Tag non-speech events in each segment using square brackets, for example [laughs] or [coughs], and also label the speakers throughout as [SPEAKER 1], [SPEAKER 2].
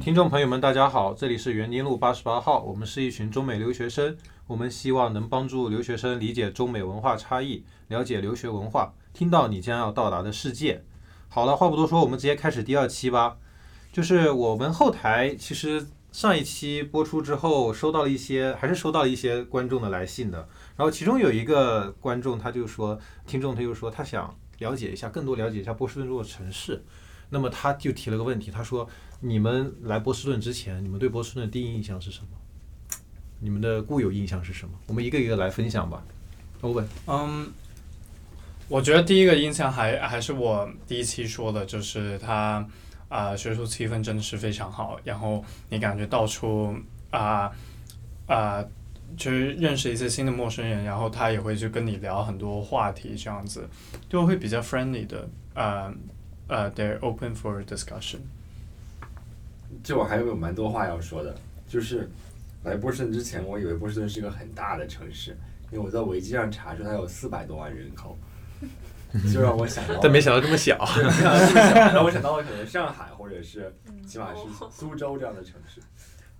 [SPEAKER 1] 听众朋友们，大家好，这里是园丁路八十八号，我们是一群中美留学生，我们希望能帮助留学生理解中美文化差异，了解留学文化，听到你将要到达的世界。好了，话不多说，我们直接开始第二期吧。就是我们后台其实上一期播出之后，收到了一些，还是收到了一些观众的来信的。然后其中有一个观众他就说，听众他就说他想了解一下，更多了解一下波士顿这座城市。那么他就提了个问题，他说：“你们来波士顿之前，你们对波士顿的第一印象是什么？你们的固有印象是什么？我们一个一个来分享吧。”欧文，
[SPEAKER 2] 嗯，我觉得第一个印象还还是我第一期说的，就是它啊、学术气氛真的是非常好，然后你感觉到处啊啊、去认识一些新的陌生人，然后他也会去跟你聊很多话题，这样子就会比较 friendly 的，呃呃，they're open for discussion。
[SPEAKER 3] 这我还有蛮多话要说的，就是来波士顿之前，我以为波士顿是一个很大的城市，因为我在维基上查出它有四百多万人口， [laughs] 就让我想到，
[SPEAKER 1] 但没想到这么小。
[SPEAKER 3] 对没想到这么小， [laughs] 让我想到了可能上海或者是起码是苏州这样的城市。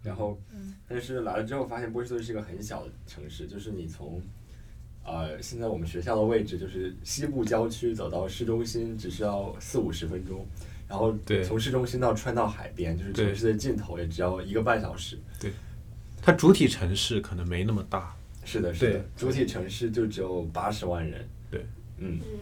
[SPEAKER 3] 然后
[SPEAKER 4] 嗯，
[SPEAKER 3] 但是来了之后发现波士顿是一个很小的城市，就是你从，呃，现在我们学校的位置就是西部郊区走到市中心只需要四五十分钟，然后
[SPEAKER 1] 对
[SPEAKER 3] 从市中心到穿到海边，就是
[SPEAKER 1] 对
[SPEAKER 3] 城市的尽头也只要一个半小时。
[SPEAKER 1] [laughs] 它主体城市可能没那么大，
[SPEAKER 3] 是的，是
[SPEAKER 1] 对
[SPEAKER 3] 的，主体城市就只有八十万人。
[SPEAKER 1] 对，
[SPEAKER 3] 嗯，
[SPEAKER 4] 嗯，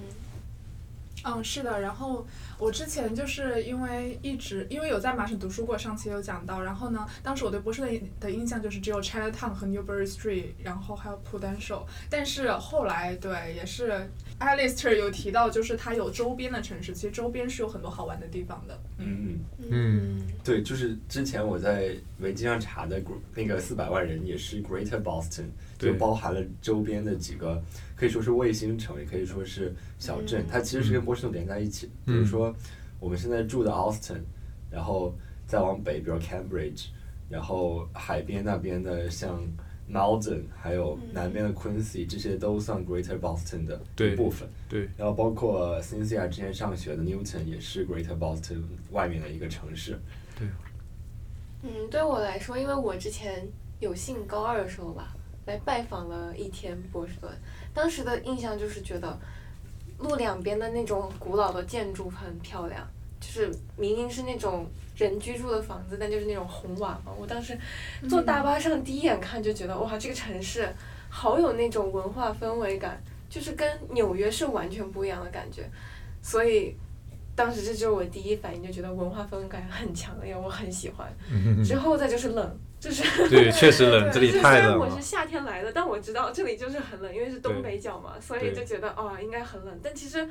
[SPEAKER 4] 嗯，是的。然后我之前就是因为一直因为有在麻省读书过，上期有讲到。然后呢，当时我对波士顿的印象就是只有 Chinatown 和 Newbury Street，然后还有普丹守。但是后来对，也是 Alistair 有提到，就是它有周边的城市，其实周边是有很多好玩的地方的。
[SPEAKER 3] 嗯，
[SPEAKER 1] 嗯，
[SPEAKER 3] 对，就是之前我在维基上查的 gr- 那个四百万人也是 Greater Boston，
[SPEAKER 1] 对
[SPEAKER 3] 就包含了周边的几个，可以说是卫星城，也可以说是小镇，
[SPEAKER 4] 嗯
[SPEAKER 3] 它其实是跟波士顿连在一起的。比
[SPEAKER 1] 嗯
[SPEAKER 3] 如说我们现在住的 Austin，然后再往北，比如 Cambridge，然后海边那边的像 Malden，还有南边的 Quincy，这些都算 Greater Boston 的
[SPEAKER 1] 对
[SPEAKER 3] 一部分。
[SPEAKER 1] 对，
[SPEAKER 3] 然后包括 Cynthia 之前上学的 Newton 也是 Greater Boston 外面的一个城市。
[SPEAKER 5] 嗯，对我来说，因为我之前有幸高二的时候吧，来拜访了一天波士顿，当时的印象就是觉得路两边的那种古老的建筑很漂亮，就是明明是那种人居住的房子，但就是那种红瓦嘛。我当时坐大巴上第一眼看就觉得，哇，这个城市好有那种文化氛围感，就是跟纽约是完全不一样的感觉，所以。当时这就是我第一反应，就觉得文化氛围感很强烈，我很喜欢。之后再就是冷，就是
[SPEAKER 1] [laughs] 对，确实冷，
[SPEAKER 5] 对
[SPEAKER 1] 嗯这里
[SPEAKER 5] 就
[SPEAKER 1] 太
[SPEAKER 5] 虽然
[SPEAKER 1] 冷
[SPEAKER 5] 我是
[SPEAKER 1] 了。
[SPEAKER 5] 夏天来的，但我知道这里就是很冷，因为是东北角嘛，所以
[SPEAKER 1] 对
[SPEAKER 5] 就觉得哦，应该很冷。但其实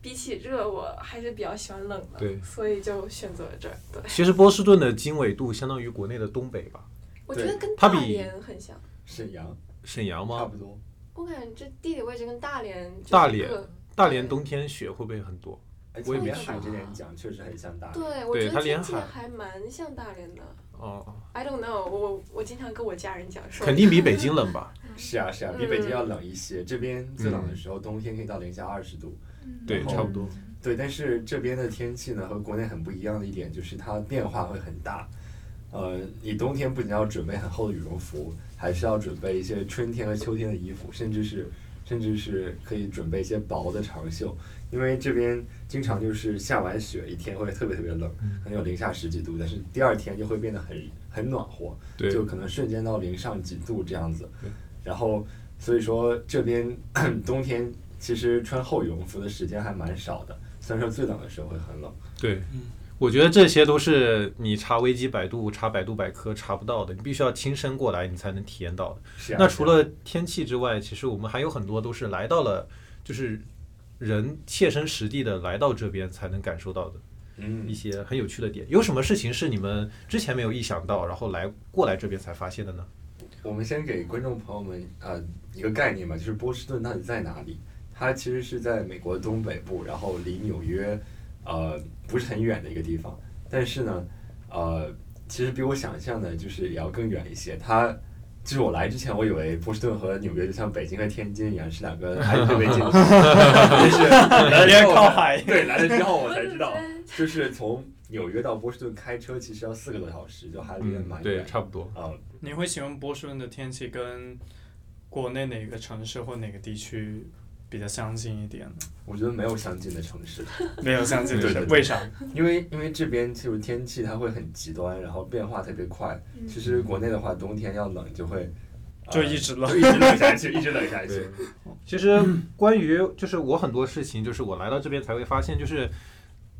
[SPEAKER 5] 比起热，我还是比较喜欢冷的，
[SPEAKER 1] 对
[SPEAKER 5] 所以就选择了这儿。对，
[SPEAKER 1] 其实波士顿的经纬度相当于国内的东北吧？
[SPEAKER 5] 我觉得跟
[SPEAKER 1] 它
[SPEAKER 5] 大
[SPEAKER 1] 比
[SPEAKER 5] 连很像，
[SPEAKER 3] 沈阳
[SPEAKER 1] 沈阳
[SPEAKER 3] 差
[SPEAKER 1] 吗？
[SPEAKER 3] 不多，
[SPEAKER 5] 我感觉这地理位置跟大连就是
[SPEAKER 1] 大连啊
[SPEAKER 5] 各
[SPEAKER 1] 大连冬天雪会不会很多？
[SPEAKER 3] 哎，
[SPEAKER 1] 我也
[SPEAKER 3] 从
[SPEAKER 1] 没啊
[SPEAKER 3] 沿海
[SPEAKER 5] 去
[SPEAKER 3] 这点讲，确实很像大连。
[SPEAKER 5] 对，我
[SPEAKER 1] 对
[SPEAKER 5] 觉
[SPEAKER 1] 它
[SPEAKER 5] 得
[SPEAKER 1] 连
[SPEAKER 5] 天气
[SPEAKER 1] 海
[SPEAKER 5] 还蛮像大连的。
[SPEAKER 1] 哦，
[SPEAKER 5] I don't know，我我我经常跟我家人讲说，
[SPEAKER 1] 肯
[SPEAKER 5] [laughs]
[SPEAKER 1] 定比北京冷吧？
[SPEAKER 3] 是啊，是啊，比北京要冷一些。这边最冷的时候，冬天可以到零下二十度。
[SPEAKER 1] 对，差不多。
[SPEAKER 3] 对，但是这边的天气呢，和国内很不一样的一点就是它变化会很大。呃，你冬天不仅要准备很厚的羽绒服，还是要准备一些春天和秋天的衣服，甚至是甚至是可以准备一些薄的长袖，因为这边经常就是下完雪一天会特别特别冷，
[SPEAKER 1] 嗯
[SPEAKER 3] 可能有零下十几度，但是第二天就会变得很很暖和，
[SPEAKER 1] 对
[SPEAKER 3] 就可能瞬间到零上几度这样子
[SPEAKER 1] 对。
[SPEAKER 3] 然后所以说这边 [coughs] 冬天其实穿厚羽绒服的时间还蛮少的，虽然说最冷的时候会很冷。
[SPEAKER 1] 对，我觉得这些都是你查维基百度、查百度百科查不到的，你必须要亲身过来，你才能体验到的。
[SPEAKER 3] 是啊
[SPEAKER 1] 那
[SPEAKER 3] 是啊
[SPEAKER 1] 除了天气之外，其实我们还有很多都是来到了，就是人切身实地的来到这边才能感受到的一
[SPEAKER 3] 嗯，
[SPEAKER 1] 些很有趣的点。有什么事情是你们之前没有意想到，然后来过来这边才发现的呢？
[SPEAKER 3] 我们先给观众朋友们呃一个概念吧，就是波士顿到底在哪里？它其实是在美国东北部，然后离纽约呃不是很远的一个地方，但是呢，呃，其实比我想象的就是也要更远一些。它就是我来之前，我以为波士顿和纽约就像北京和天津一样，是两个挨着为近的城市。 [laughs] 但是来了之后
[SPEAKER 2] 靠海
[SPEAKER 3] 对，来了之后我才知道
[SPEAKER 5] 波士，
[SPEAKER 3] 就是从纽约到波士顿开车其实要四个多小时，就还离得蛮
[SPEAKER 1] 嗯对，
[SPEAKER 3] 远。
[SPEAKER 1] 差不多。
[SPEAKER 3] 啊，
[SPEAKER 2] 你会喜欢波士顿的天气跟国内哪个城市或哪个地区比较相近一点呢？
[SPEAKER 3] 我觉得没有相近的城
[SPEAKER 4] [laughs]
[SPEAKER 3] 市，
[SPEAKER 2] 没有相近的
[SPEAKER 3] 对
[SPEAKER 2] 城市，
[SPEAKER 3] 对对
[SPEAKER 2] 为啥？
[SPEAKER 3] 因为因为这边就是天气它会很极端，然后变化特别快。
[SPEAKER 4] 嗯
[SPEAKER 3] 其实国内的话，冬天要冷就会
[SPEAKER 2] [laughs]
[SPEAKER 3] 呃
[SPEAKER 2] 就一直冷
[SPEAKER 3] 就一直冷
[SPEAKER 2] [laughs]
[SPEAKER 3] 下去，一直冷下去
[SPEAKER 1] 对。其实关于就是我很多事情，就是我来到这边才会发现，就是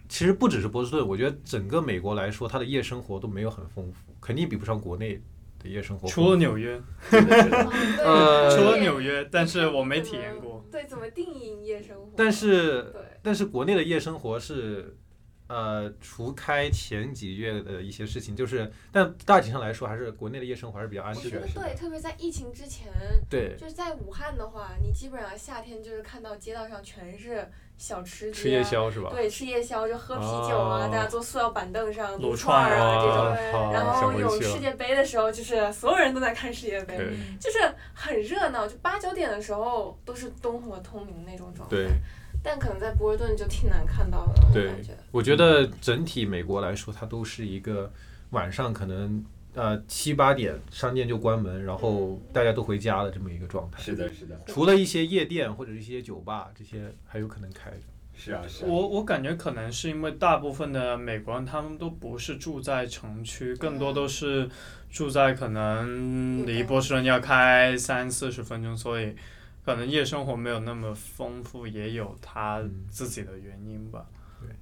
[SPEAKER 1] 其实不只是波士顿，我觉得整个美国来说，它的夜生活都没有很丰富，肯定比不上国内的夜生活丰富。
[SPEAKER 2] 除了纽约，
[SPEAKER 3] 对对对
[SPEAKER 1] 呃
[SPEAKER 2] 除了纽约，但是我没体验过。
[SPEAKER 5] 对，怎么定义夜生活？
[SPEAKER 1] 但是
[SPEAKER 5] 对，
[SPEAKER 1] 但是国内的夜生活是，呃，除开前几月的一些事情，就是，但大体上来说，还是国内的夜生活还是比较安
[SPEAKER 5] 我觉
[SPEAKER 1] 全
[SPEAKER 5] 得。
[SPEAKER 3] 是的
[SPEAKER 5] 对，特别在疫情之前，
[SPEAKER 1] 对，
[SPEAKER 5] 就是在武汉的话，你基本上夏天就是看到街道上全是小吃
[SPEAKER 1] 吃
[SPEAKER 5] 街
[SPEAKER 1] 夜
[SPEAKER 5] 啊，
[SPEAKER 1] 宵是吧？
[SPEAKER 5] 对，吃夜宵就喝啤酒啊，
[SPEAKER 1] 哦
[SPEAKER 5] 大家坐塑料板凳上撸
[SPEAKER 2] 撸
[SPEAKER 5] 串
[SPEAKER 2] 串
[SPEAKER 5] 儿啊这种。
[SPEAKER 4] 对
[SPEAKER 1] 好
[SPEAKER 5] 然后
[SPEAKER 1] 想
[SPEAKER 5] 有
[SPEAKER 1] 回去
[SPEAKER 5] 世
[SPEAKER 1] 了。
[SPEAKER 5] 界杯的时候，就是所有人都在看世界杯，
[SPEAKER 1] 对
[SPEAKER 5] 就是很热闹。就八九点的时候都是灯火通明那种状态，
[SPEAKER 1] 对，
[SPEAKER 5] 但可能在波士顿就挺难看到的，我
[SPEAKER 1] 对
[SPEAKER 5] 感觉。
[SPEAKER 1] 我觉得整体美国来说，它都是一个晚上可能呃七八点商店就关门，然后大家都回家了这么一个状态。
[SPEAKER 3] 是的，是的，
[SPEAKER 1] 除了一些夜店或者一些酒吧，这些还有可能开。
[SPEAKER 3] 是啊，是啊。
[SPEAKER 2] 我我感觉可能是因为大部分的美国人他们都不是住在城区，更多都是住在可能离波士顿要开三四十分钟，所以可能夜生活没有那么丰富，也有他自己的原因吧。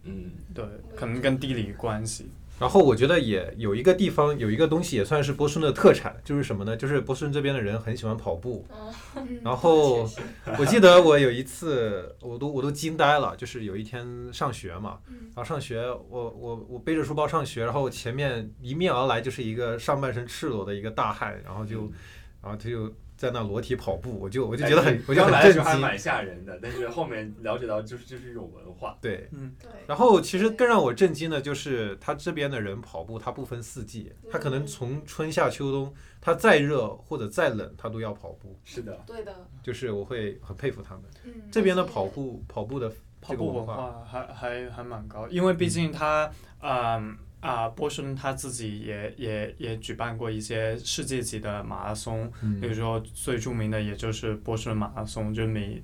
[SPEAKER 3] 嗯，
[SPEAKER 2] 对，可能跟地理关系。
[SPEAKER 1] 然后我觉得也有一个地方有一个东西也算是波士顿的特产，就是什么呢？就是波士顿这边的人很喜欢跑步。
[SPEAKER 4] 嗯
[SPEAKER 1] 然后
[SPEAKER 3] 哦
[SPEAKER 5] 确
[SPEAKER 3] [laughs]
[SPEAKER 1] 我记得我有一次，我都我都惊呆了，就是有一天上学嘛，
[SPEAKER 4] 嗯
[SPEAKER 1] 然后上学，我我我背着书包上学，然后前面迎面而来就是一个上半身赤裸的一个大汉，然后就
[SPEAKER 3] 嗯哎
[SPEAKER 1] 然后他就在那裸体跑步，我就我
[SPEAKER 3] 我
[SPEAKER 1] 就觉得很我就
[SPEAKER 3] 哎
[SPEAKER 1] 很
[SPEAKER 3] 刚来
[SPEAKER 1] 震
[SPEAKER 3] 的时候还
[SPEAKER 1] 惊，
[SPEAKER 3] 蛮吓人的，但是后面了解到就是就是一种文化。
[SPEAKER 1] 对。
[SPEAKER 5] 对，
[SPEAKER 1] 然后其实更让我震惊的就是，他这边的人跑步，他不分四季，他可能从春夏秋冬，他再热或者再冷，他都要跑步，
[SPEAKER 3] 是的，
[SPEAKER 5] 对的，
[SPEAKER 1] 就是我会很佩服他们
[SPEAKER 4] 嗯
[SPEAKER 1] 这边的
[SPEAKER 5] 而且
[SPEAKER 1] 跑步跑步的
[SPEAKER 2] 跑
[SPEAKER 1] 这个
[SPEAKER 2] 步
[SPEAKER 1] 文
[SPEAKER 2] 文
[SPEAKER 1] 化。
[SPEAKER 2] 化还还还蛮高，因为毕竟他，嗯啊、波士顿他自己也也也举办过一些世界级的马拉松，
[SPEAKER 1] 嗯
[SPEAKER 2] 比如说最著名的也就是波士顿马拉松，就每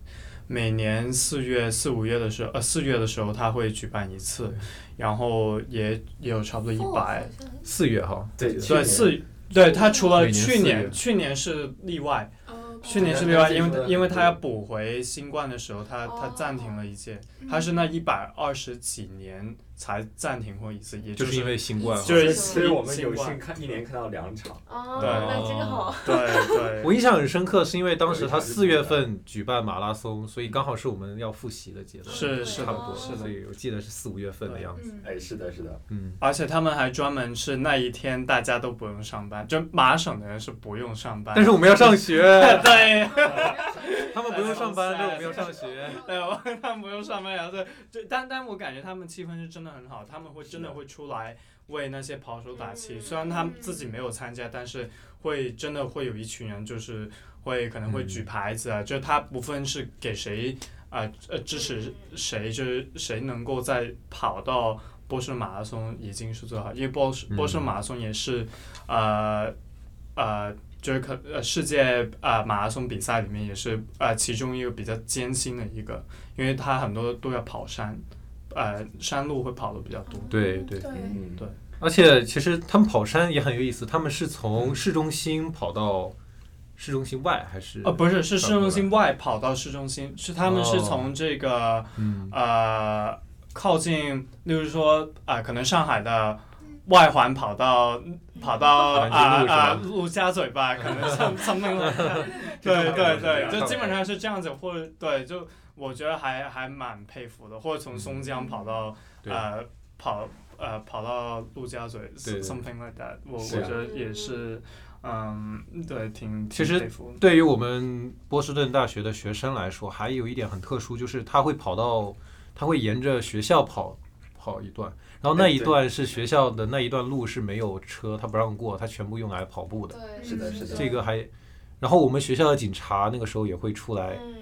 [SPEAKER 2] 每年四月四五月的时候，呃四月的时候他会举办一次，然后也也有差不多一百，
[SPEAKER 1] 四月哈，
[SPEAKER 3] 对去
[SPEAKER 2] 对
[SPEAKER 3] 年
[SPEAKER 2] 四，对他除了
[SPEAKER 1] 每年
[SPEAKER 2] 去
[SPEAKER 1] 四
[SPEAKER 2] 年
[SPEAKER 1] 月
[SPEAKER 2] 去年是例外，
[SPEAKER 4] 哦
[SPEAKER 2] 去年是
[SPEAKER 3] 对
[SPEAKER 2] 例外，
[SPEAKER 3] 那
[SPEAKER 2] 因
[SPEAKER 3] 这
[SPEAKER 2] 为
[SPEAKER 3] 个
[SPEAKER 2] 因为他要补回新冠的时候，他他
[SPEAKER 5] 哦
[SPEAKER 2] 暂停了一届，他是那一百二十几年才暂停过一次，也
[SPEAKER 1] 就是
[SPEAKER 2] 是
[SPEAKER 1] 因为新冠哈。
[SPEAKER 2] 就是
[SPEAKER 3] 所以我们有
[SPEAKER 2] 新冠
[SPEAKER 3] 幸看一年看到两场，
[SPEAKER 5] 哦，
[SPEAKER 2] 对
[SPEAKER 5] 那真好，
[SPEAKER 2] 对
[SPEAKER 1] 我
[SPEAKER 2] 对，
[SPEAKER 1] 印象很深刻，是因为当时他四月份举办马拉松，所以刚好是我们要复习的阶段，
[SPEAKER 2] 是是
[SPEAKER 1] 差不多，
[SPEAKER 2] 是的
[SPEAKER 1] 所以我记得是四五月份的样子。
[SPEAKER 4] 嗯
[SPEAKER 3] 哎，是的，是的，
[SPEAKER 1] 嗯，
[SPEAKER 2] 而且他们还专门是那一天大家都不用上班，就麻省的人是不用上班，
[SPEAKER 1] 但是我们要上
[SPEAKER 2] [laughs]
[SPEAKER 1] 学，
[SPEAKER 2] 对。
[SPEAKER 1] 他们不用上班，但我们要上
[SPEAKER 4] [laughs]
[SPEAKER 1] 学。
[SPEAKER 2] [laughs] 对，我他们不用上班，然后对，就但但我感觉他们气氛是真的很好，他们会真的会出来为那些跑手打气，
[SPEAKER 5] 嗯
[SPEAKER 2] 虽然他们自己没有参加，但是会真的会有一群人就是会可能会举牌子啊，就他不分是给谁啊呃支持谁，就是谁能够在跑到。波士顿马拉松已经是最好，因为波士
[SPEAKER 1] 嗯
[SPEAKER 2] 波士顿马拉松也是，呃，呃，就是可呃世界呃马拉松比赛里面也是呃其中一个比较艰辛的一个，因为它很多都要跑山，呃山路会跑的比较多。
[SPEAKER 1] 对对
[SPEAKER 4] 对，
[SPEAKER 3] 嗯，
[SPEAKER 2] 对
[SPEAKER 1] 而且其实他们跑山也很有意思，他们是从市中心跑到市中心外，还是
[SPEAKER 2] 呃，不哦是，是市中心外跑到市中心，是他们是从这个、
[SPEAKER 1] 嗯
[SPEAKER 2] 呃靠近，例如说啊、呃可能上海的外环跑到跑到
[SPEAKER 1] 环
[SPEAKER 2] 啊
[SPEAKER 1] 境路是吧
[SPEAKER 2] 啊陆家嘴吧，可能 some
[SPEAKER 1] [laughs]
[SPEAKER 2] something like that 对对对，
[SPEAKER 1] 对
[SPEAKER 2] 就基本上是这样子，或者对，就我觉得还还蛮佩服的，或者从松江跑到
[SPEAKER 1] 对
[SPEAKER 2] 呃跑呃跑到陆家嘴
[SPEAKER 1] 对
[SPEAKER 2] ，something like that，我我
[SPEAKER 1] 是啊
[SPEAKER 2] 觉得也是，嗯，对，挺
[SPEAKER 1] 其
[SPEAKER 2] 挺
[SPEAKER 1] 实
[SPEAKER 2] 佩服的。
[SPEAKER 1] 对于我们波士顿大学的学生来说，还有一点很特殊，就是他会跑到，他会沿着学校跑，跑一段，然
[SPEAKER 3] 哎
[SPEAKER 1] 后那一段是学校的那一段路是没有车，他不让过，他全部用来跑步的。
[SPEAKER 5] 对，
[SPEAKER 3] 是的是的
[SPEAKER 1] 这个还，然后我们学校的警察那个时候也会出来，
[SPEAKER 5] 嗯，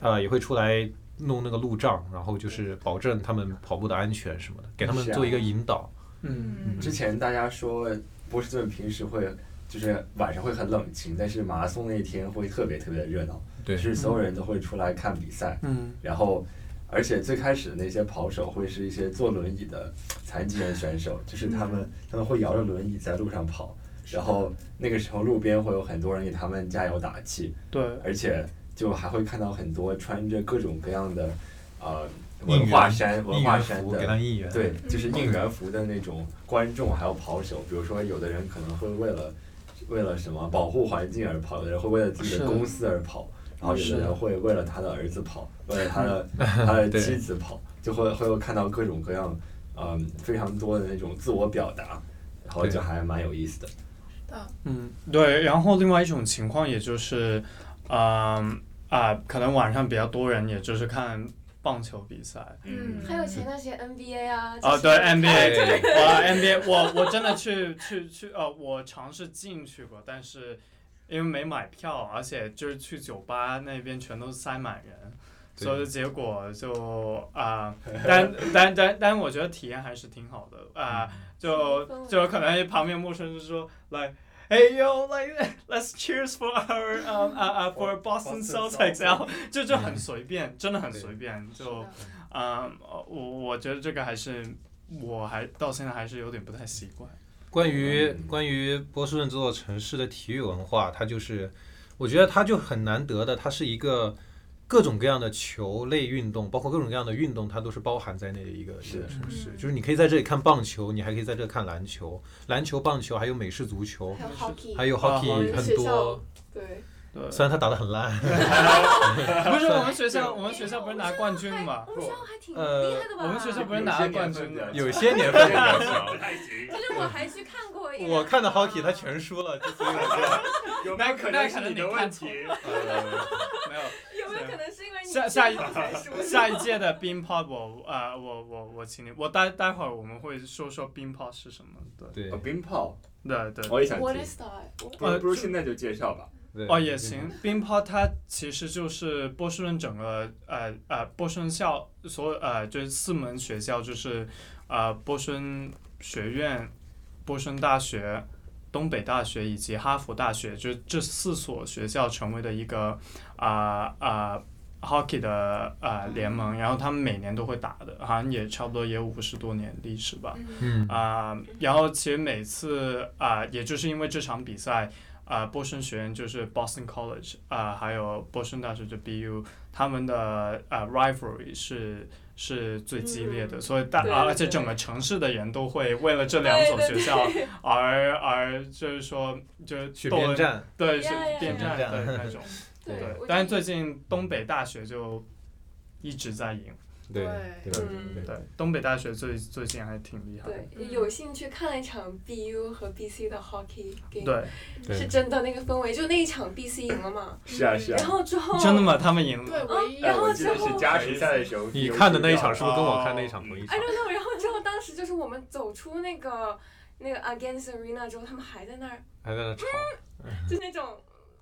[SPEAKER 1] 呃，也会出来弄那个路障，然后就是保证他们跑步的安全什么的，给他们
[SPEAKER 3] 是啊
[SPEAKER 1] 做一个引导。
[SPEAKER 2] 嗯，
[SPEAKER 4] 嗯
[SPEAKER 3] 之前大家说波士顿平时会就是晚上会很冷清，但是马拉松那天会特别特别的热闹，
[SPEAKER 1] 对
[SPEAKER 3] 就是所有人都会出来看比赛，
[SPEAKER 2] 嗯，
[SPEAKER 3] 然后而且最开始的那些跑手会是一些坐轮椅的残疾人选手，就是他
[SPEAKER 1] 嗯
[SPEAKER 3] 们他们会摇着轮椅在路上跑，然后那个时候路边会有很多人给他们加油打气，
[SPEAKER 2] 对，
[SPEAKER 3] 而且就还会看到很多穿着各种各样的呃
[SPEAKER 1] 应
[SPEAKER 3] 文
[SPEAKER 1] 援
[SPEAKER 3] 化衫文
[SPEAKER 1] 应
[SPEAKER 3] 化
[SPEAKER 1] 援
[SPEAKER 3] 衫
[SPEAKER 1] 服
[SPEAKER 3] 的
[SPEAKER 1] 给他应援，
[SPEAKER 3] 对，就是应援服的那种观众，还有跑手。比如说，有的人可能会为了为了什么保护环境而跑，有的人会为了自己
[SPEAKER 2] 是
[SPEAKER 3] 的公司而跑，然后有的
[SPEAKER 2] 是
[SPEAKER 3] 人会为了他的儿子跑，为了他的他的
[SPEAKER 1] 对
[SPEAKER 3] 妻子跑，就会会有看到各种各样嗯非常多的那种自我表达，然后
[SPEAKER 1] 对
[SPEAKER 3] 就还蛮有意思的。
[SPEAKER 2] 嗯，对。然后另外一种情况，也就是，嗯、啊、可能晚上比较多人，也就是看棒球比赛。
[SPEAKER 4] 嗯
[SPEAKER 5] 还有前段时间 NBA 啊，就
[SPEAKER 2] 啊，
[SPEAKER 5] 是
[SPEAKER 2] 对 NBA，
[SPEAKER 1] 哦对
[SPEAKER 2] 我 NBA，我我真的去去去，呃，我尝试进去过，但是因为没买票，而且就是去酒吧那边全都塞满人，
[SPEAKER 1] 对
[SPEAKER 2] 所以结果就啊、但但但但我觉得体验还是挺好的啊、就就可能旁边陌生人就说来。Hey yo, like let's cheers for our um uh uh for Boston
[SPEAKER 3] Boston
[SPEAKER 2] Celtics，
[SPEAKER 3] Celtics
[SPEAKER 2] 然后就就很随便，真的很随便，
[SPEAKER 4] 是
[SPEAKER 2] 就
[SPEAKER 4] 的
[SPEAKER 2] 啊、我我觉得这个还是，我还到现在还是有点不太习惯。
[SPEAKER 1] 关于
[SPEAKER 3] 嗯
[SPEAKER 1] 关于波士顿这座城市的体育文化，它就是，我觉得它就很难得的，它是一个各种各样的球类运动，包括各种各样的运动，它都是包含在内的一个
[SPEAKER 3] 是
[SPEAKER 1] 一个城市。
[SPEAKER 4] 嗯
[SPEAKER 1] 就是你可以在这里看棒球，你还可以在这看篮球，篮球、棒球，还有美式足球，
[SPEAKER 5] 还有 hockey，
[SPEAKER 1] 还有
[SPEAKER 2] 啊
[SPEAKER 1] hockey，
[SPEAKER 5] hockey
[SPEAKER 1] 很
[SPEAKER 5] 学
[SPEAKER 1] 多
[SPEAKER 5] 校。对，
[SPEAKER 2] 对，
[SPEAKER 1] 虽然他打得很烂，
[SPEAKER 2] 不是我们学校，我们学校不是拿冠军嘛？
[SPEAKER 5] 我们学校还挺
[SPEAKER 1] 呃
[SPEAKER 5] 厉害的吧？
[SPEAKER 2] 我们学校不是拿冠军的，
[SPEAKER 1] 有些年份比较
[SPEAKER 3] 不
[SPEAKER 1] 小。
[SPEAKER 2] [laughs]
[SPEAKER 3] 太行，
[SPEAKER 5] 就是我还去看过一两啊
[SPEAKER 1] 我看的
[SPEAKER 5] 场
[SPEAKER 1] hockey 他全输了，就所以我
[SPEAKER 3] 有
[SPEAKER 2] 那可能是你的问题。 [laughs]
[SPEAKER 3] 呃
[SPEAKER 2] 哦没有，
[SPEAKER 5] 有没有可能是因为你
[SPEAKER 2] 下下一
[SPEAKER 5] 这样才输
[SPEAKER 2] 下一届的冰泡我啊、我我我请你，我待待会儿我们会说说冰泡是什么。
[SPEAKER 1] [laughs]
[SPEAKER 2] 对
[SPEAKER 1] 对
[SPEAKER 3] 呃冰炮，
[SPEAKER 2] 对对。
[SPEAKER 3] 我也想
[SPEAKER 5] What
[SPEAKER 3] 听
[SPEAKER 5] is that？
[SPEAKER 3] 不如不如现在就介绍吧。
[SPEAKER 1] 对
[SPEAKER 2] 哦，也行。冰泡它其实就是波士顿整个呃呃波士顿校所有呃就是四门学校，就是呃波士顿学院、波士顿大学、东北大学以及哈佛大学，就这四所学校成为的一个啊啊、hockey 的呃联盟，然后他们每年都会打的，好像也差不多也有五十多年历史吧。
[SPEAKER 1] 嗯，
[SPEAKER 2] 啊、然后其实每次啊、也就是因为这场比赛，啊、波士顿学院就是 Boston College 啊、还有波士顿大学就 BU，他们的啊、rivalry 是是最激烈的，
[SPEAKER 5] 嗯
[SPEAKER 2] 所以大、
[SPEAKER 5] 对
[SPEAKER 2] 啊
[SPEAKER 5] 对
[SPEAKER 2] 而且
[SPEAKER 5] 对
[SPEAKER 2] 整个城市的人都会为了这两所学校 [laughs] 而而就是说就是
[SPEAKER 1] 去
[SPEAKER 2] 斗
[SPEAKER 1] 边
[SPEAKER 2] 恩
[SPEAKER 1] 站，
[SPEAKER 2] 对
[SPEAKER 5] Yeah,
[SPEAKER 2] 是
[SPEAKER 5] yeah,
[SPEAKER 2] 边
[SPEAKER 5] yeah.
[SPEAKER 2] 站
[SPEAKER 1] 边
[SPEAKER 2] 的
[SPEAKER 1] 站
[SPEAKER 2] 那种，
[SPEAKER 5] 对
[SPEAKER 2] 对
[SPEAKER 5] 我。
[SPEAKER 2] 但是
[SPEAKER 5] 记得
[SPEAKER 2] 最近东北大学就一直在赢，
[SPEAKER 1] 对
[SPEAKER 4] 对
[SPEAKER 1] 对
[SPEAKER 5] 嗯
[SPEAKER 1] 对
[SPEAKER 2] 对，东北大学最最近还挺厉害的，
[SPEAKER 5] 对，嗯有幸去看了一场 BU 和 BC 的 hockey game，
[SPEAKER 2] 对。
[SPEAKER 1] 对
[SPEAKER 5] 是真的那个氛围，就那一场 BC 赢了嘛，
[SPEAKER 3] 是啊是啊
[SPEAKER 5] 然。后之
[SPEAKER 2] [laughs]
[SPEAKER 5] 后
[SPEAKER 2] 真的？吗？他们赢了？
[SPEAKER 4] 对，
[SPEAKER 1] 嗯
[SPEAKER 4] 唯一
[SPEAKER 5] 哎然后
[SPEAKER 3] 哎我记得
[SPEAKER 5] 之后
[SPEAKER 3] 是加时赛的时候，
[SPEAKER 1] 你看的那一场是不是跟
[SPEAKER 2] 哦
[SPEAKER 1] 我看那一场同一场
[SPEAKER 5] I？don't know。然后之后当时就是我们走出那个那个 Against Arena 之后，他们还在那儿
[SPEAKER 1] 还在那吵。
[SPEAKER 5] 就那种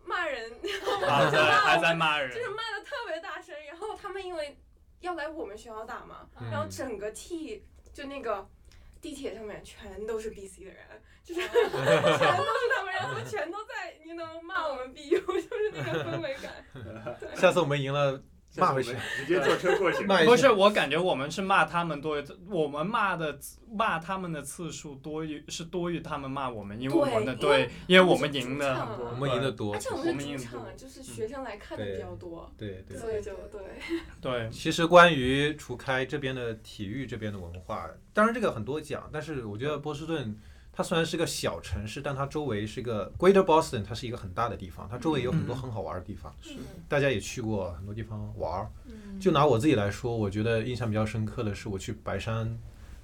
[SPEAKER 5] 骂人， [laughs]
[SPEAKER 2] 啊，对，还在骂人
[SPEAKER 5] 就，是骂的特别大声。然后他们因为要来我们学校打嘛，
[SPEAKER 1] 嗯
[SPEAKER 5] 然后整个 T 就那个地铁上面全都是 BC 的人，就是
[SPEAKER 3] 哦
[SPEAKER 5] 全都是他们，然后他们全都在你能骂我们 BU，就是那个氛围感。
[SPEAKER 1] 下次我们赢了骂回去，
[SPEAKER 3] 直接坐车 [laughs] 过去。
[SPEAKER 1] 骂一
[SPEAKER 2] 哎不
[SPEAKER 1] 下
[SPEAKER 2] 是，我感觉我们是骂他们多于，我们骂的骂他们的次数多于是多于他们骂我们，因为我们的
[SPEAKER 5] 对因为
[SPEAKER 2] 对，因为我们赢的很多，
[SPEAKER 5] 我们是主场
[SPEAKER 1] 我们赢的多
[SPEAKER 5] 而。且我
[SPEAKER 2] 我
[SPEAKER 5] 们
[SPEAKER 2] 们
[SPEAKER 5] 是
[SPEAKER 2] 也
[SPEAKER 5] 主
[SPEAKER 2] 多
[SPEAKER 5] 场，
[SPEAKER 3] 嗯
[SPEAKER 5] 就是学生来看的比较多，
[SPEAKER 1] 对对。
[SPEAKER 5] 所以就对，
[SPEAKER 2] 对，
[SPEAKER 1] 其实关于除开这边的体育这边的文化，当然这个很多讲，但是我觉得波士顿它虽然是个小城市，但它周围是个 Greater Boston，它是一个很大的地方，它周围有很多
[SPEAKER 2] 嗯
[SPEAKER 1] 很好玩的地方，
[SPEAKER 5] 是
[SPEAKER 1] 大家也去过很多地方玩儿。
[SPEAKER 4] 嗯
[SPEAKER 1] 就拿我自己来说，我觉得印象比较深刻的是我去白山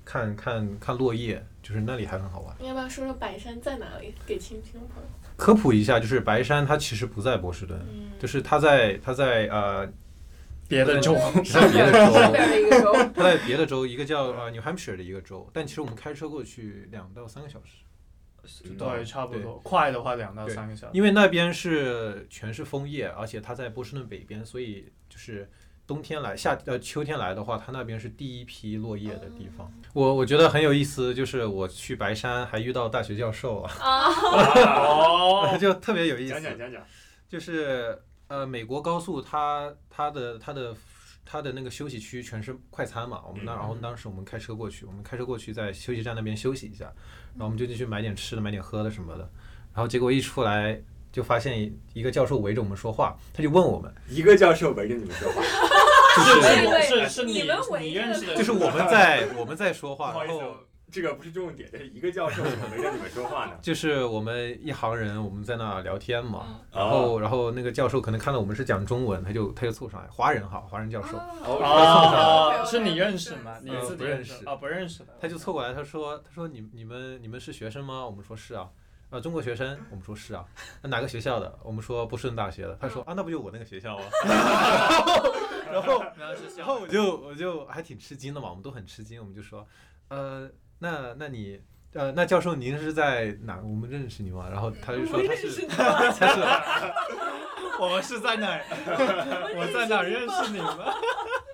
[SPEAKER 1] 看看看落叶，就是那里还很好玩。
[SPEAKER 5] 你要不要说说白山在哪里？给听听众朋友。
[SPEAKER 1] 科
[SPEAKER 2] 嗯
[SPEAKER 1] 普一下，就是白山它其实不在波士顿，就是它在它在呃
[SPEAKER 2] 别的州，
[SPEAKER 1] 在别的
[SPEAKER 4] [laughs]
[SPEAKER 5] 这
[SPEAKER 1] 州，
[SPEAKER 5] 边的一个州，
[SPEAKER 1] 在别的州，一个叫呃 New Hampshire 的一个州，但其实我们开车过去两到三个小时，
[SPEAKER 3] 嗯
[SPEAKER 2] 对，差不多，快的话两到
[SPEAKER 1] 对
[SPEAKER 2] 三个小时。
[SPEAKER 1] 因为那边是全是枫叶，而且它在波士顿北边，所以就是冬天来夏呃秋天来的话，它那边是第一批落叶的地
[SPEAKER 2] 哦
[SPEAKER 1] 方。我我觉得很有意思，就是我去白山还遇到大学教授啊，
[SPEAKER 5] 啊，
[SPEAKER 2] 哦，
[SPEAKER 1] [laughs] 就特别有意思。
[SPEAKER 2] 讲讲讲讲，
[SPEAKER 1] 就是呃，美国高速它它的它的它的那个休息区全是快餐嘛，我们那然后当时我们开车过去，我们开车过去在休息站那边休息一下，然后我们就进去买点吃的，买点喝的什么的，然后结果一出来。就发现一一个教授围着我们说话，他就问我们，
[SPEAKER 3] [laughs] 一个教授围着你们说话，
[SPEAKER 1] 就是
[SPEAKER 5] 对
[SPEAKER 2] 是是
[SPEAKER 5] 你
[SPEAKER 2] 你
[SPEAKER 5] 们唯一
[SPEAKER 2] 你认识的，
[SPEAKER 1] 就是我们在我们在说
[SPEAKER 3] 不
[SPEAKER 1] 话，
[SPEAKER 3] 好意
[SPEAKER 1] 然
[SPEAKER 3] 思
[SPEAKER 1] 后。
[SPEAKER 3] 哦，这个不是重点，这是一个教授围着你们说话呢
[SPEAKER 1] 就是我们一行人我们在那聊天嘛，
[SPEAKER 4] 嗯
[SPEAKER 1] 然后然后那个教授可能看到我们是讲中文，他就他就凑上来，华人哈，华人教授，
[SPEAKER 3] [laughs] 哦
[SPEAKER 2] 啊，是你认识吗？你
[SPEAKER 1] 呃
[SPEAKER 2] 自己
[SPEAKER 1] 不认识
[SPEAKER 2] 啊，不认识的，
[SPEAKER 1] 他就凑过来，他说：“他说你你们你们是学生吗？”我们说是啊。啊，中国学生，我们说是啊。那哪个学校的？我们说波士顿大学的。他说啊，那不就我那个学校吗？然后
[SPEAKER 2] 然后是
[SPEAKER 1] 然后我就我就还挺吃惊的嘛，我们都很吃惊，我们就说，呃，那那你呃，那教授您是在哪？我们认识你吗？然后他就说他是 [laughs] 他是
[SPEAKER 2] 我们是在哪
[SPEAKER 5] [laughs]
[SPEAKER 2] 儿？我在哪儿认识你们？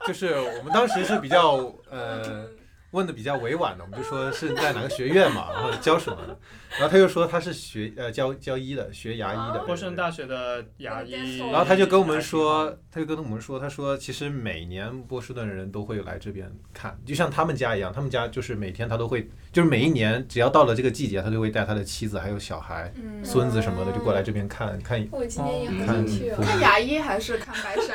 [SPEAKER 1] 就是我们当时是比较呃
[SPEAKER 5] [laughs]
[SPEAKER 1] 问的比较委婉的，我们就说是在哪个学院嘛，然后教什么的，然后他就说他是学呃教教医的，学牙医的，
[SPEAKER 2] 波士顿哦大学的牙医，
[SPEAKER 1] 然后他就跟我们说，他就跟我们说，他说其实每年波士顿人都会来这边看，就像他们家一样，他们家就是每天他都会，就是每一年只要到了这个季节，他就会带他的妻子还有小孩、
[SPEAKER 4] 嗯，
[SPEAKER 1] 孙子什么的就过来这边看看
[SPEAKER 5] 我今天也好
[SPEAKER 1] 看
[SPEAKER 5] 想去哦。
[SPEAKER 4] 看牙医还是看白山？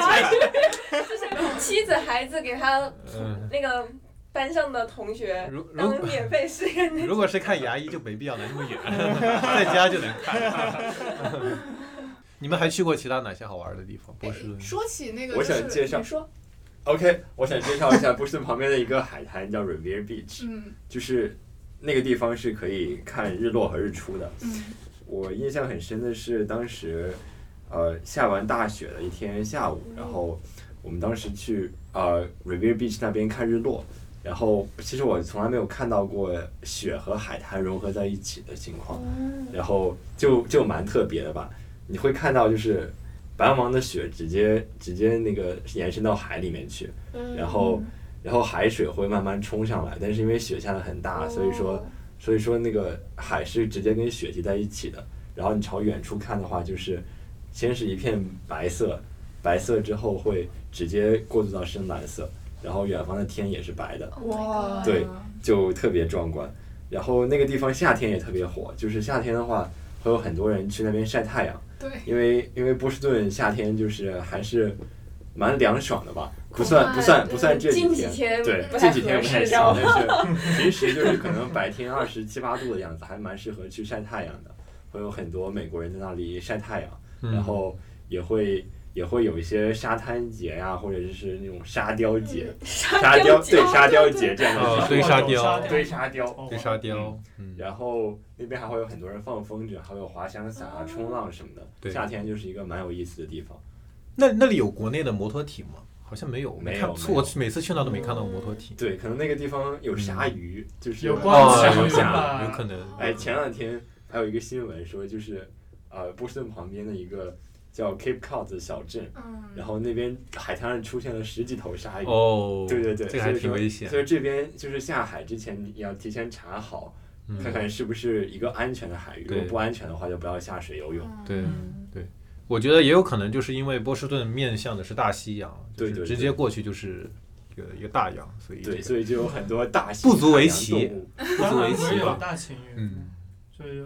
[SPEAKER 2] [laughs]
[SPEAKER 5] [laughs] 妻子、孩子给他
[SPEAKER 1] 嗯、
[SPEAKER 5] 那个班上的同学
[SPEAKER 1] 如如
[SPEAKER 5] 当免费试验
[SPEAKER 1] [laughs]
[SPEAKER 5] 的，
[SPEAKER 1] 如果是看牙医，就没必要来那么远， [laughs] 在家就能看。 [laughs] 你们还去过其他哪些好玩的地方？波士
[SPEAKER 3] 哎
[SPEAKER 1] 顿
[SPEAKER 4] 哎说起那个，
[SPEAKER 3] 我
[SPEAKER 4] 就是
[SPEAKER 3] 想介绍
[SPEAKER 4] 你说，
[SPEAKER 3] OK，我想介绍一下波士顿旁边的一个海滩叫 Revere Beach，
[SPEAKER 4] 嗯
[SPEAKER 3] 就是那个地方是可以看日落和日出的。
[SPEAKER 4] 嗯
[SPEAKER 3] 我印象很深的是当时，呃，下完大雪的一天下午，然后我们当时去呃 Revere Beach 那边看日落，然后其实我从来没有看到过雪和海滩融合在一起的情况，然后就就蛮特别的吧，你会看到就是白茫茫的雪直接直接那个延伸到海里面去，然后然后海水会慢慢冲上来，但是因为雪下的很大，所以说。所以说那个海是直接跟雪积在一起的。然后你朝远处看的话，就是先是一片白色，白色之后会直接过渡到深蓝色，然后远方的天也是白
[SPEAKER 5] Oh
[SPEAKER 3] 的，
[SPEAKER 4] 哇，
[SPEAKER 3] 对就特别壮观。然后那个地方夏天也特别火，就是夏天的话会有很多人去那边晒太阳，
[SPEAKER 4] 对，
[SPEAKER 3] 因为因为波士顿夏天就是还是蛮凉爽的吧，不算不算不算这几
[SPEAKER 5] 近
[SPEAKER 3] 天，
[SPEAKER 5] 天
[SPEAKER 3] 对，
[SPEAKER 5] 不
[SPEAKER 3] 这
[SPEAKER 5] 太
[SPEAKER 3] 几天
[SPEAKER 5] 合
[SPEAKER 3] 不太
[SPEAKER 5] 适，
[SPEAKER 3] 行
[SPEAKER 5] 然后，
[SPEAKER 3] 但是平时就是可能白天二十七八度的样子，还蛮适合去晒太阳的。会有很多美国人在那里晒太阳，
[SPEAKER 1] 嗯
[SPEAKER 3] 然后也会也会有一些沙滩节呀、或者就是那种沙雕节、嗯沙雕对沙雕节这样
[SPEAKER 1] 哦
[SPEAKER 3] 的
[SPEAKER 1] 堆
[SPEAKER 3] 事
[SPEAKER 1] 沙
[SPEAKER 3] 情
[SPEAKER 1] 雕
[SPEAKER 3] 堆沙雕。
[SPEAKER 2] 哦
[SPEAKER 1] 对沙雕，嗯，
[SPEAKER 3] 然后那边还会有很多人放风筝，还有滑翔伞啊、冲浪什么的。
[SPEAKER 1] 对
[SPEAKER 3] 夏天就是一个蛮有意思的地方。
[SPEAKER 1] 那那里有国内的摩托艇吗？好像没有，我
[SPEAKER 3] 没有
[SPEAKER 1] 看
[SPEAKER 3] 没有
[SPEAKER 1] 我每次去那都没看到摩托艇。
[SPEAKER 3] 对，可能那个地方有鲨鱼，就是
[SPEAKER 2] 有关
[SPEAKER 1] 嗯哦
[SPEAKER 2] 系，
[SPEAKER 1] 有可
[SPEAKER 3] 下
[SPEAKER 1] 能，有可能。
[SPEAKER 3] 哎，前两天还有一个新闻说，就是呃，波士顿旁边的一个叫 Cape Cod 的小镇，
[SPEAKER 4] 嗯，
[SPEAKER 3] 然后那边海滩上出现了十几头鲨鱼。
[SPEAKER 1] 哦，
[SPEAKER 3] 对对对，
[SPEAKER 1] 这个还
[SPEAKER 3] 所以
[SPEAKER 1] 挺
[SPEAKER 3] 说
[SPEAKER 1] 危险
[SPEAKER 3] 所。以这边就是下海之前，你要提前查好，
[SPEAKER 1] 嗯
[SPEAKER 3] 看看是不是一个安全的海域。如
[SPEAKER 1] 对嗯
[SPEAKER 3] 果不安全的话，就不要下水游泳。
[SPEAKER 1] 对我觉得也有可能就是因为波士顿面向的是大西洋，就
[SPEAKER 3] 对
[SPEAKER 1] 是
[SPEAKER 3] 对对
[SPEAKER 1] 直接过去就是一个一个大洋，所以这
[SPEAKER 3] 对，
[SPEAKER 1] 个
[SPEAKER 3] 所以就有很多大型
[SPEAKER 1] 不足为
[SPEAKER 3] 海洋
[SPEAKER 1] 奇
[SPEAKER 3] 动物
[SPEAKER 1] 不足为奇
[SPEAKER 2] 有
[SPEAKER 1] 吧。
[SPEAKER 2] 大情侣，
[SPEAKER 1] 嗯，
[SPEAKER 2] 就是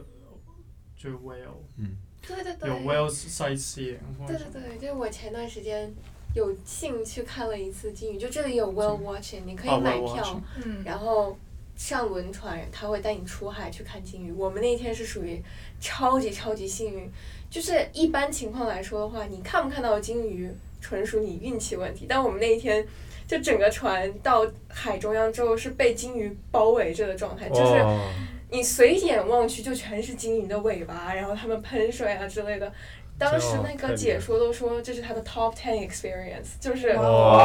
[SPEAKER 2] 就是 whale，
[SPEAKER 5] 对对对，
[SPEAKER 2] 有 whale sightseeing，或
[SPEAKER 5] 对
[SPEAKER 2] 者
[SPEAKER 5] 对对，就是我前段时间有幸去看了一次鲸鱼，就这里有 whale watching，你可以
[SPEAKER 2] 哦
[SPEAKER 5] 买
[SPEAKER 2] whale
[SPEAKER 5] 票
[SPEAKER 2] watching，
[SPEAKER 4] 嗯，
[SPEAKER 5] 然后上轮船，他会带你出海去看鲸鱼。我们那天是属于超级超级幸运，就是一般情况来说的话，你看不看到鲸鱼，纯属你运气问题。但我们那一天。就整个船到海中央之后是被鲸鱼包围着的状态，就是
[SPEAKER 1] 哦，
[SPEAKER 5] 你随眼望去就全是鲸鱼的尾巴，然后它们喷水啊之类的，当时那个解说都说这是他的 top ten experience，就是
[SPEAKER 4] 哇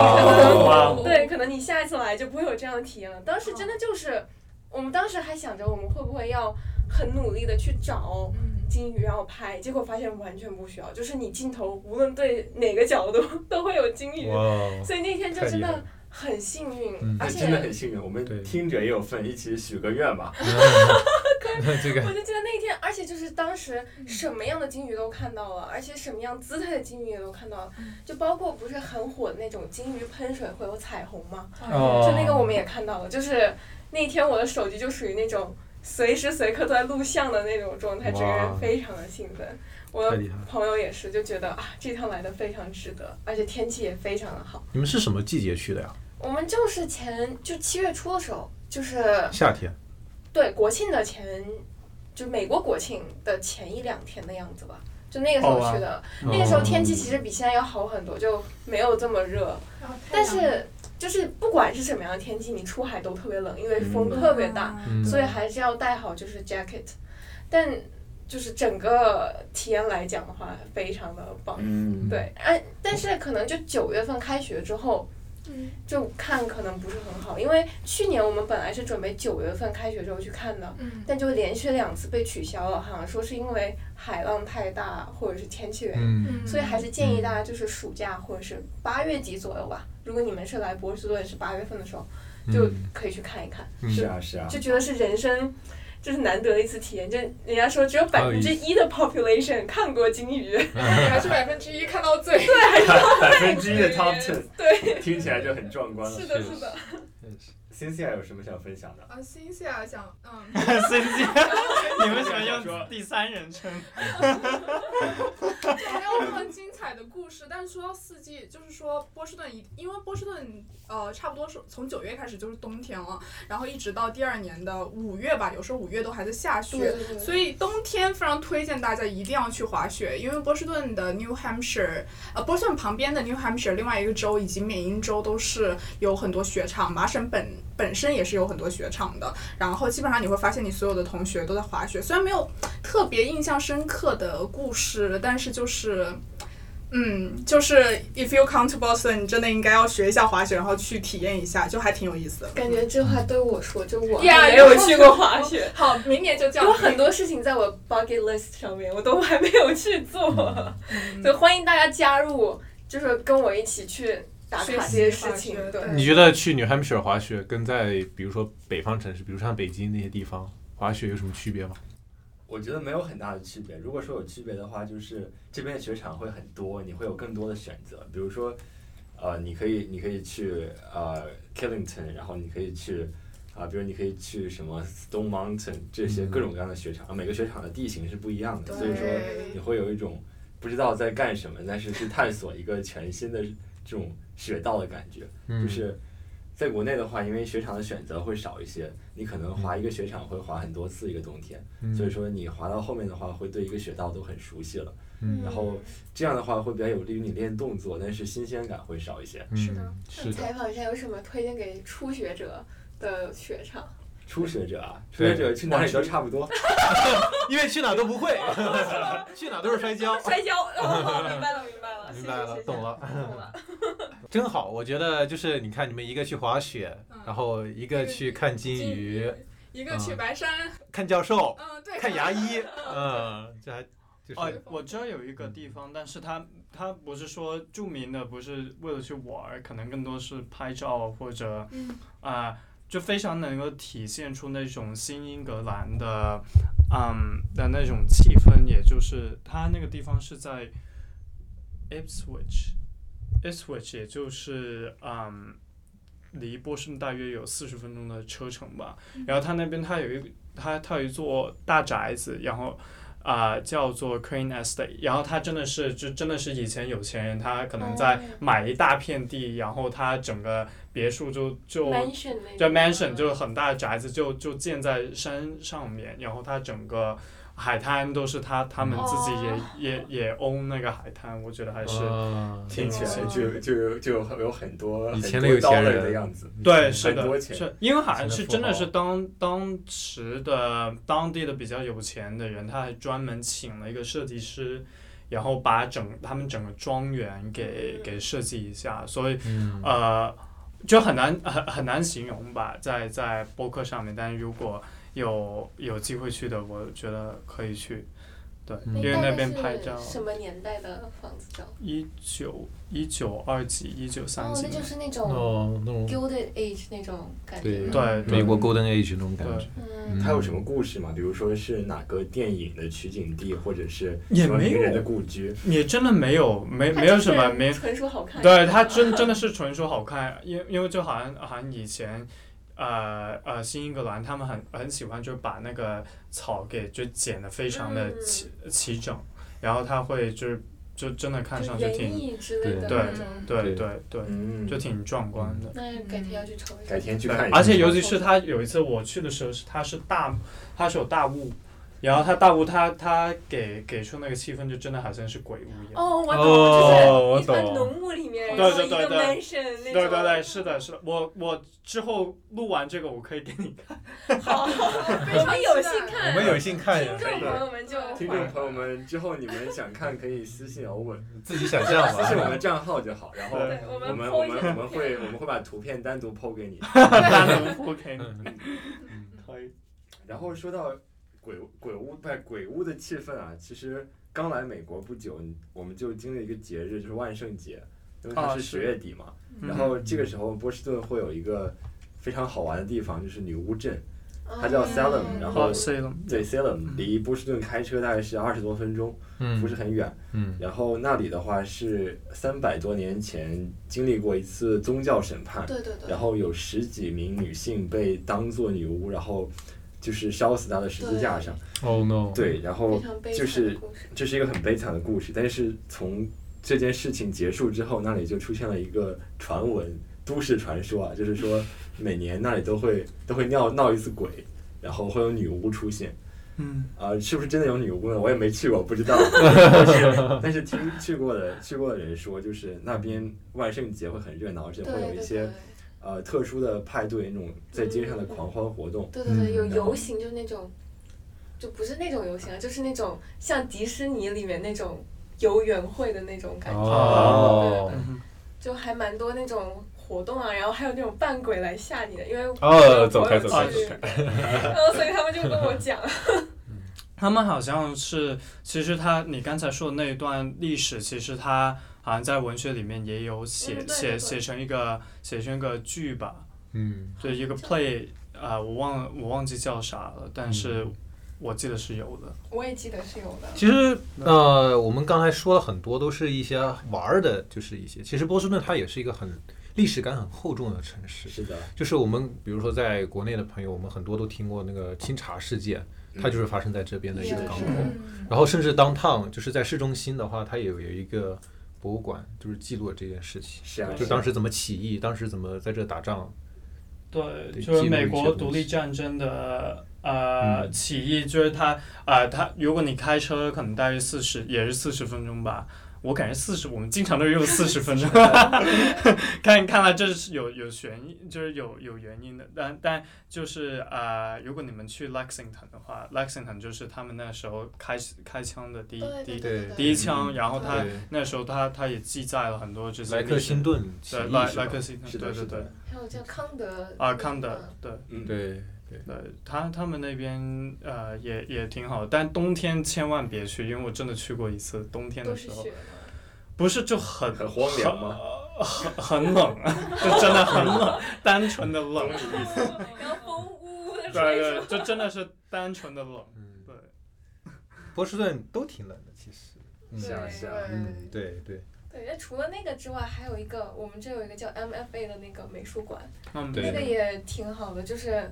[SPEAKER 2] 哇，
[SPEAKER 5] 对，可能你下一次来就不会有这样的体验了。当时真的就是，我们当时还想着我们会不会要很努力的去找金鱼要拍，结果发现完全不需要，就是你镜头无论对哪个角度都会有金鱼，
[SPEAKER 1] 哇，哦
[SPEAKER 5] 所以 [laughs] 那天就
[SPEAKER 1] 太厉
[SPEAKER 5] 真
[SPEAKER 1] 害
[SPEAKER 5] 的
[SPEAKER 1] 了
[SPEAKER 5] 很幸运，
[SPEAKER 1] 嗯
[SPEAKER 5] 而
[SPEAKER 3] 哎
[SPEAKER 5] 且
[SPEAKER 3] 真的很幸运，我们
[SPEAKER 1] 对
[SPEAKER 3] 听者也有份，一起许个愿吧。
[SPEAKER 1] 这
[SPEAKER 5] 我
[SPEAKER 1] 个
[SPEAKER 5] 就记得那天，而且就是当时什么样的金鱼都看到了，而且什么样姿态的金鱼也都看到了，就包括不是很火的那种金鱼喷水会有彩虹嘛，
[SPEAKER 1] 哦
[SPEAKER 5] 就那个我们也看到了，就是那天我的手机就属于那种随时随刻都在录像的那种状态，整个
[SPEAKER 1] 哇
[SPEAKER 5] 人非常的兴奋。我
[SPEAKER 1] 太
[SPEAKER 5] 的
[SPEAKER 1] 厉害了！
[SPEAKER 5] 朋友也是，就觉得啊，这趟来的非常值得，而且天气也非常的好。
[SPEAKER 1] 你们是什么季节去的呀？
[SPEAKER 5] 我们就是前就七月初的时候，就是
[SPEAKER 1] 夏天。
[SPEAKER 5] 对国庆的前，就美国国庆的前一两天的样子吧，就那个时
[SPEAKER 2] 哦
[SPEAKER 5] 候
[SPEAKER 2] 哇
[SPEAKER 5] 去的。那
[SPEAKER 2] [laughs]
[SPEAKER 5] 个时候
[SPEAKER 1] 哦
[SPEAKER 5] 天气其实比现在要好很多，就没有这么热。但是就是不管是什么样的天气，你出海都特别冷，因为风
[SPEAKER 1] 嗯
[SPEAKER 5] 特别大，，
[SPEAKER 1] 嗯
[SPEAKER 5] 所以还是要带好就是 jacket。但就是整个体验来讲的话，非常的棒。
[SPEAKER 3] 嗯，
[SPEAKER 5] 对，哎，但是可能就九月份开学之后，
[SPEAKER 4] 嗯
[SPEAKER 5] 就看可能不是很好，因为去年我们本来是准备九月份开学之后去看的，
[SPEAKER 4] 嗯
[SPEAKER 5] 但就连续两次被取消了，好像说是因为海浪太大或者是天气原因，
[SPEAKER 1] 嗯，
[SPEAKER 5] 所以还是建议大家就是暑假或者是八月底左右吧，如果你们是来波士顿是八月份的时候，就
[SPEAKER 1] 嗯
[SPEAKER 5] 可以去看一看，
[SPEAKER 3] 是啊是啊，
[SPEAKER 5] 就觉得是人生。就是难得的一次体验，就人家说只有
[SPEAKER 1] 还
[SPEAKER 5] 百
[SPEAKER 1] 有
[SPEAKER 5] 分
[SPEAKER 1] 一
[SPEAKER 5] 之一的 population 看过金鱼，
[SPEAKER 4] 还是百分之一看到最
[SPEAKER 3] 百分之一的 top ten，
[SPEAKER 5] 对，
[SPEAKER 3] 听起来就很壮观了。
[SPEAKER 5] 是的，是的。
[SPEAKER 1] 嗯
[SPEAKER 3] Cynthia 有什么想分享的？
[SPEAKER 4] 啊，新西兰想嗯，
[SPEAKER 2] 神经， [laughs] 你为什么用第三人称？
[SPEAKER 4] 就没有那么精彩的故事。但是说到四季，就是说波士顿一，因为波士顿呃，差不多是从九月开始就是冬天了，然后一直到第二年的五月吧，有时候五月都还在下雪。所以冬天非常推荐大家一定要去滑雪，因为波士顿的 New Hampshire，呃，波士顿旁边的 New Hampshire 另外一个州以及缅因州都是有很多雪场，麻省本本身也是有很多雪场的。然后基本上你会发现你所有的同学都在滑雪，虽然没有特别印象深刻的故事，但是就是。嗯，就是 if you come to Boston，你真的应该要学一下滑雪，然后去体验一下，就还挺有意思的。
[SPEAKER 6] 感觉这话对我说，就我
[SPEAKER 5] 呀，
[SPEAKER 6] 还
[SPEAKER 5] 没有去过滑雪，
[SPEAKER 4] 好，明年就这样。
[SPEAKER 5] 有很多事情在我 bucket list 上面，我都还没有去做， [laughs] 所以欢迎大家加入，就是跟我一起去打卡
[SPEAKER 4] 学
[SPEAKER 5] 这
[SPEAKER 4] 习
[SPEAKER 5] 些事
[SPEAKER 4] 滑
[SPEAKER 5] 情
[SPEAKER 4] 雪。
[SPEAKER 5] 对，
[SPEAKER 4] 对
[SPEAKER 1] 你觉得去 New Hampshire 滑雪跟在比如说北方城市，比如像北京那些地方滑雪有什么区别吗？
[SPEAKER 3] 我觉得没有很大的区别。如果说有区别的话，就是这边的雪场会很多，你会有更多的选择。比如说，呃，你可以你可以去呃 Killington，然后你可以去啊、比如你可以去什么 Stone Mountain 这些
[SPEAKER 1] 嗯
[SPEAKER 3] 各种各样的雪场，啊每个雪场的地形是不一样的，所以说
[SPEAKER 4] 对
[SPEAKER 3] 你会有一种不知道在干什么，但是去探索一个全新的这种雪道的感觉。
[SPEAKER 1] 嗯
[SPEAKER 3] 就是在国内的话，因为雪场的选择会少一些，你可能滑一个雪场会滑很多次一个冬天，所以说你滑到后面的话，会对一个雪道都很熟悉了，
[SPEAKER 1] 嗯
[SPEAKER 3] 然后这样的话会比较有利于你练动作，但是新鲜感会少一些。
[SPEAKER 1] 嗯
[SPEAKER 4] 是的
[SPEAKER 1] 是的，
[SPEAKER 6] 采访一下有什么推荐给初学者的雪场？
[SPEAKER 3] 初学者啊，初
[SPEAKER 1] 对
[SPEAKER 3] 学者去哪里都差不多，
[SPEAKER 1] 因为去哪都不会，去哪都是摔
[SPEAKER 5] [laughs]
[SPEAKER 1] 跤。
[SPEAKER 2] [laughs]
[SPEAKER 5] 摔跤，哦，明白了，明白了，
[SPEAKER 1] 明白了
[SPEAKER 5] 谢谢
[SPEAKER 1] 懂
[SPEAKER 5] [laughs]
[SPEAKER 1] 了，
[SPEAKER 5] 谢谢懂了。
[SPEAKER 1] 真好，我觉得就是你看你们一个去滑雪，
[SPEAKER 4] 嗯
[SPEAKER 1] 然后一个去看金鱼，，
[SPEAKER 4] 一个去白山，
[SPEAKER 1] 看教授，
[SPEAKER 4] 嗯，对，
[SPEAKER 1] 看牙医，嗯，这还就
[SPEAKER 2] 哦
[SPEAKER 1] 是，嗯
[SPEAKER 2] 我知道有一个地方，但是它它不是说著名的，不是为了去玩儿，可能更多是拍照或者啊、
[SPEAKER 4] 嗯
[SPEAKER 2] 就非常能够体现出那种新英格兰的嗯的那种气氛，也就是它那个地方是在 Ipswich。Ipswich 也就是嗯，离波士顿大约有四十分钟的车程吧。
[SPEAKER 6] 嗯
[SPEAKER 2] 然后它那边它有一它它有一座大宅子，然后啊、叫做 Crane Estate，然后它真的是就真的是以前有钱人，他可能在
[SPEAKER 6] 哦
[SPEAKER 2] 买一大片地，然后他整个别墅就就
[SPEAKER 6] mansion 那
[SPEAKER 2] 就
[SPEAKER 6] 种
[SPEAKER 2] mansion 就是很大的宅子就，就建在山上面，然后它整个海滩都是他他们自己也、
[SPEAKER 6] 哦
[SPEAKER 2] 也也 own 那个海滩，我觉得还是、
[SPEAKER 1] 啊
[SPEAKER 3] 听起来
[SPEAKER 6] 哦
[SPEAKER 3] 就就就有有很多
[SPEAKER 1] 以前的
[SPEAKER 3] 很
[SPEAKER 1] 有
[SPEAKER 3] 多
[SPEAKER 1] 钱
[SPEAKER 3] dollar
[SPEAKER 1] 人
[SPEAKER 3] 的样子。
[SPEAKER 2] 对，是
[SPEAKER 3] 很多
[SPEAKER 2] 的，
[SPEAKER 3] 钱
[SPEAKER 2] 是因为好像
[SPEAKER 1] 现在
[SPEAKER 2] 是
[SPEAKER 1] 富
[SPEAKER 2] 真的是
[SPEAKER 1] 豪
[SPEAKER 2] 当当时的当地的比较有钱的人，他还专门请了一个设计师，然后把整他们整个庄园给
[SPEAKER 7] 嗯
[SPEAKER 2] 给设计一下，所以
[SPEAKER 1] 嗯，
[SPEAKER 5] 哦
[SPEAKER 2] 呃，就很难很很难形容吧，在在播客上面，但是如果有有机会去的，我觉得可以去，对，
[SPEAKER 1] 嗯
[SPEAKER 2] 因为那边拍照
[SPEAKER 7] 大概是什么年代的房子照？
[SPEAKER 2] 一九一九二几一九三
[SPEAKER 5] 哦，
[SPEAKER 2] 几
[SPEAKER 5] 那
[SPEAKER 2] 年，
[SPEAKER 5] 就是那种
[SPEAKER 1] 哦，那种
[SPEAKER 5] Gilded Age 那种感
[SPEAKER 1] 对
[SPEAKER 5] 觉。
[SPEAKER 2] 对
[SPEAKER 1] 美国 Golden Age 那种感觉，
[SPEAKER 5] 嗯，
[SPEAKER 3] 它有什么故事吗？比如说是哪个电影的取景地，或者是
[SPEAKER 2] 也
[SPEAKER 3] 什么
[SPEAKER 2] 没
[SPEAKER 3] 名人
[SPEAKER 2] 有
[SPEAKER 3] 的故居？
[SPEAKER 2] 也真的没有没
[SPEAKER 7] 它
[SPEAKER 2] 没有
[SPEAKER 7] 就
[SPEAKER 2] 什么
[SPEAKER 7] 是
[SPEAKER 2] 没
[SPEAKER 7] 纯属好看。
[SPEAKER 2] 对，它
[SPEAKER 7] [laughs]
[SPEAKER 2] 真真的是纯属好看，因因为就好像好像以前，呃呃，新英格兰他们很很喜欢就把那个草给就剪得非常的
[SPEAKER 7] 嗯
[SPEAKER 2] 齐齐整，然后它会就是就真的看上去
[SPEAKER 7] 园
[SPEAKER 2] 挺
[SPEAKER 7] 艺之类的
[SPEAKER 2] 对
[SPEAKER 7] 那
[SPEAKER 5] 嗯
[SPEAKER 7] 种。
[SPEAKER 2] 对
[SPEAKER 1] 对
[SPEAKER 2] 对对，
[SPEAKER 3] 嗯，
[SPEAKER 2] 就挺壮观的。
[SPEAKER 7] 那改天要去瞅一瞅。
[SPEAKER 3] 改天去
[SPEAKER 2] 对
[SPEAKER 3] 看一下。
[SPEAKER 2] 而且尤其是它有一次我去的时候是它是大，它是有大雾。然后它大雾它，它给给出那个气氛就真的好像是鬼屋一样。
[SPEAKER 7] 哦，我
[SPEAKER 2] 哦
[SPEAKER 7] 懂，
[SPEAKER 2] 我
[SPEAKER 7] 就是一团
[SPEAKER 2] 懂
[SPEAKER 7] 浓雾里面，
[SPEAKER 2] 对
[SPEAKER 7] 然后
[SPEAKER 2] 对
[SPEAKER 7] 一
[SPEAKER 2] 对
[SPEAKER 7] 个
[SPEAKER 2] 对
[SPEAKER 7] mansion 那种。
[SPEAKER 2] 对对对，是的，是的，我我之后录完这个，我可以给你
[SPEAKER 5] [laughs]
[SPEAKER 7] 好，我们有幸看，
[SPEAKER 1] 有幸看
[SPEAKER 7] 听众朋友们就
[SPEAKER 3] 听众朋友们，之后你们想看可以私信欧
[SPEAKER 1] [laughs]
[SPEAKER 3] 文，
[SPEAKER 1] 自己想象
[SPEAKER 3] 私 [laughs] 信我们账号就好，然后。
[SPEAKER 2] 对
[SPEAKER 7] 对我
[SPEAKER 3] 我们
[SPEAKER 7] 们
[SPEAKER 3] 我
[SPEAKER 7] 剖一
[SPEAKER 3] 们
[SPEAKER 7] 下
[SPEAKER 3] 我们会我们会把图片单独抛给你。
[SPEAKER 2] 单独 OK，可以。
[SPEAKER 3] 然后说到鬼屋鬼屋不是鬼屋的气氛啊，其实刚来美国不久，我们就经历一个节日，就是万圣节，因为它
[SPEAKER 2] 啊
[SPEAKER 3] 是
[SPEAKER 2] 是
[SPEAKER 3] 十月底嘛。
[SPEAKER 2] 嗯
[SPEAKER 3] 然后这个时候波士顿会有一个非常好玩的地方，就是女巫镇，
[SPEAKER 7] 啊
[SPEAKER 3] 它叫
[SPEAKER 7] 嗯
[SPEAKER 3] Salem，然后
[SPEAKER 2] 好 C 了，
[SPEAKER 3] 对 Salem 离波士顿开车大概是二十多分钟，
[SPEAKER 1] 嗯
[SPEAKER 3] 不是很远。
[SPEAKER 1] 嗯
[SPEAKER 3] 然后那里的话是三百多年前经历过一次宗教审判，
[SPEAKER 5] 对对对
[SPEAKER 3] 然后有十几名女性被当做女巫，然后就是烧死在了十字架上。
[SPEAKER 1] ，Oh no，
[SPEAKER 3] 对，然
[SPEAKER 5] 非
[SPEAKER 3] 后
[SPEAKER 5] 常悲
[SPEAKER 3] 就
[SPEAKER 5] 惨
[SPEAKER 3] 是
[SPEAKER 5] 的故事。
[SPEAKER 3] 这是一个很悲惨的故事，但是从这件事情结束之后，那里就出现了一个传闻，都市传说啊，就是说每年那里都会都会闹闹一次鬼，然后会有女巫出现。
[SPEAKER 2] 嗯，
[SPEAKER 3] 啊，是不是真的有女巫呢？我也没去过，不
[SPEAKER 1] [laughs]
[SPEAKER 3] 知道。但是但是听去过的去过的人说，就是那边万圣节会很热闹，而且
[SPEAKER 5] 对
[SPEAKER 3] 会有
[SPEAKER 5] 对
[SPEAKER 3] 一
[SPEAKER 5] 对
[SPEAKER 3] 些呃特殊的派对，那种在街
[SPEAKER 7] 嗯
[SPEAKER 3] 上的狂欢活动。
[SPEAKER 5] 对对对，有
[SPEAKER 3] 嗯
[SPEAKER 5] 游行就那种，
[SPEAKER 7] 就不是那种游行啊，就是那种像迪士尼里面那种游园会的那种感觉，
[SPEAKER 1] 哦
[SPEAKER 5] 嗯
[SPEAKER 7] 就还蛮多那种活动啊，然后还有那种扮鬼来吓你的，因为
[SPEAKER 8] 哦
[SPEAKER 7] 我
[SPEAKER 8] 走开
[SPEAKER 7] 有
[SPEAKER 8] 走
[SPEAKER 2] 开
[SPEAKER 7] 去
[SPEAKER 2] 走
[SPEAKER 7] 然后所以他们就跟我讲，
[SPEAKER 2] 他们好像是，其实他你刚才说的那一段历史，其实他好像在文学里面也有写、
[SPEAKER 7] 嗯对
[SPEAKER 2] 写
[SPEAKER 7] 对对
[SPEAKER 2] 写成一个写成一个剧吧，
[SPEAKER 1] 嗯
[SPEAKER 2] 对一个
[SPEAKER 7] 叫
[SPEAKER 2] play 啊、我忘了我忘记叫啥了，但是我记得是有的。
[SPEAKER 7] [laughs] 我也记得是有的，
[SPEAKER 1] 其实，呃，我们刚才说了很多，都是一些玩儿的，就是一些。其实波士顿它也是一个很历史感很厚重的城市，
[SPEAKER 3] 是的，
[SPEAKER 1] 就是我们比如说在国内的朋友，我们很多都听过那个清查事件，它就是发生在这边的一个
[SPEAKER 5] 是的
[SPEAKER 1] 港
[SPEAKER 5] 是
[SPEAKER 1] 口
[SPEAKER 5] 的。
[SPEAKER 7] 嗯
[SPEAKER 1] 然后甚至 downtown 就是在市中心的话，它也有有一个博物馆，就是记录了这件事情，
[SPEAKER 3] 是啊，
[SPEAKER 1] 就是
[SPEAKER 3] 啊
[SPEAKER 1] 当时怎么起义，当时怎么在这打仗。
[SPEAKER 2] 对，
[SPEAKER 1] 对
[SPEAKER 2] 就是
[SPEAKER 1] 记录
[SPEAKER 2] 美
[SPEAKER 1] 一些
[SPEAKER 2] 国
[SPEAKER 1] 东
[SPEAKER 2] 独
[SPEAKER 1] 西
[SPEAKER 2] 立战争的呃
[SPEAKER 1] 嗯
[SPEAKER 2] 起义，就是它呃它，如果你开车可能大约四十，也是四十分钟吧。我感觉四十，我们经常都用四十
[SPEAKER 1] [laughs]
[SPEAKER 2] 分钟。 [laughs] 看看来这是有有悬疑，就是有有原因的。但但就是呃，如果你们去 Lexington 的话，Lexington 就是他们那时候开开枪的第一
[SPEAKER 5] 对
[SPEAKER 2] 第
[SPEAKER 5] 对
[SPEAKER 2] 一
[SPEAKER 1] 对
[SPEAKER 5] 对
[SPEAKER 2] 第一枪，然后
[SPEAKER 1] 嗯
[SPEAKER 2] 他
[SPEAKER 1] 对，
[SPEAKER 2] 那时候他他也记载了很多这些
[SPEAKER 1] 莱克
[SPEAKER 2] 历史
[SPEAKER 1] 辛顿起义
[SPEAKER 2] 对莱
[SPEAKER 1] 是吧
[SPEAKER 2] 莱克辛顿，
[SPEAKER 3] 是
[SPEAKER 2] 对
[SPEAKER 3] 的，
[SPEAKER 2] 对
[SPEAKER 3] 是
[SPEAKER 2] 对
[SPEAKER 3] 的，
[SPEAKER 5] 还有叫康德
[SPEAKER 2] 啊，康德对。
[SPEAKER 3] 嗯，
[SPEAKER 1] 对，
[SPEAKER 2] 对他他们那边呃也也挺好，但冬天千万别去，因为我真的去过一次，冬天
[SPEAKER 7] 都
[SPEAKER 2] 的
[SPEAKER 7] 是
[SPEAKER 2] 时候
[SPEAKER 7] 雪，
[SPEAKER 2] 不是就很
[SPEAKER 3] 很荒
[SPEAKER 1] [laughs]
[SPEAKER 3] 凉吗？
[SPEAKER 2] 很很冷啊，就真的很冷，单纯的冷，
[SPEAKER 7] 然后风呜呜的
[SPEAKER 2] 对
[SPEAKER 7] 吹着，
[SPEAKER 2] 对，就真的是单纯的冷，
[SPEAKER 1] 嗯，
[SPEAKER 2] 对，
[SPEAKER 1] 波士顿都挺冷的，其实。嗯
[SPEAKER 3] 是啊，是啊，
[SPEAKER 1] 嗯，对对，
[SPEAKER 7] 对，那除了那个之外，还有一个我们这有一个叫 MFA 的那个美术馆，
[SPEAKER 2] 嗯
[SPEAKER 1] 对
[SPEAKER 7] 那个也挺好的，就是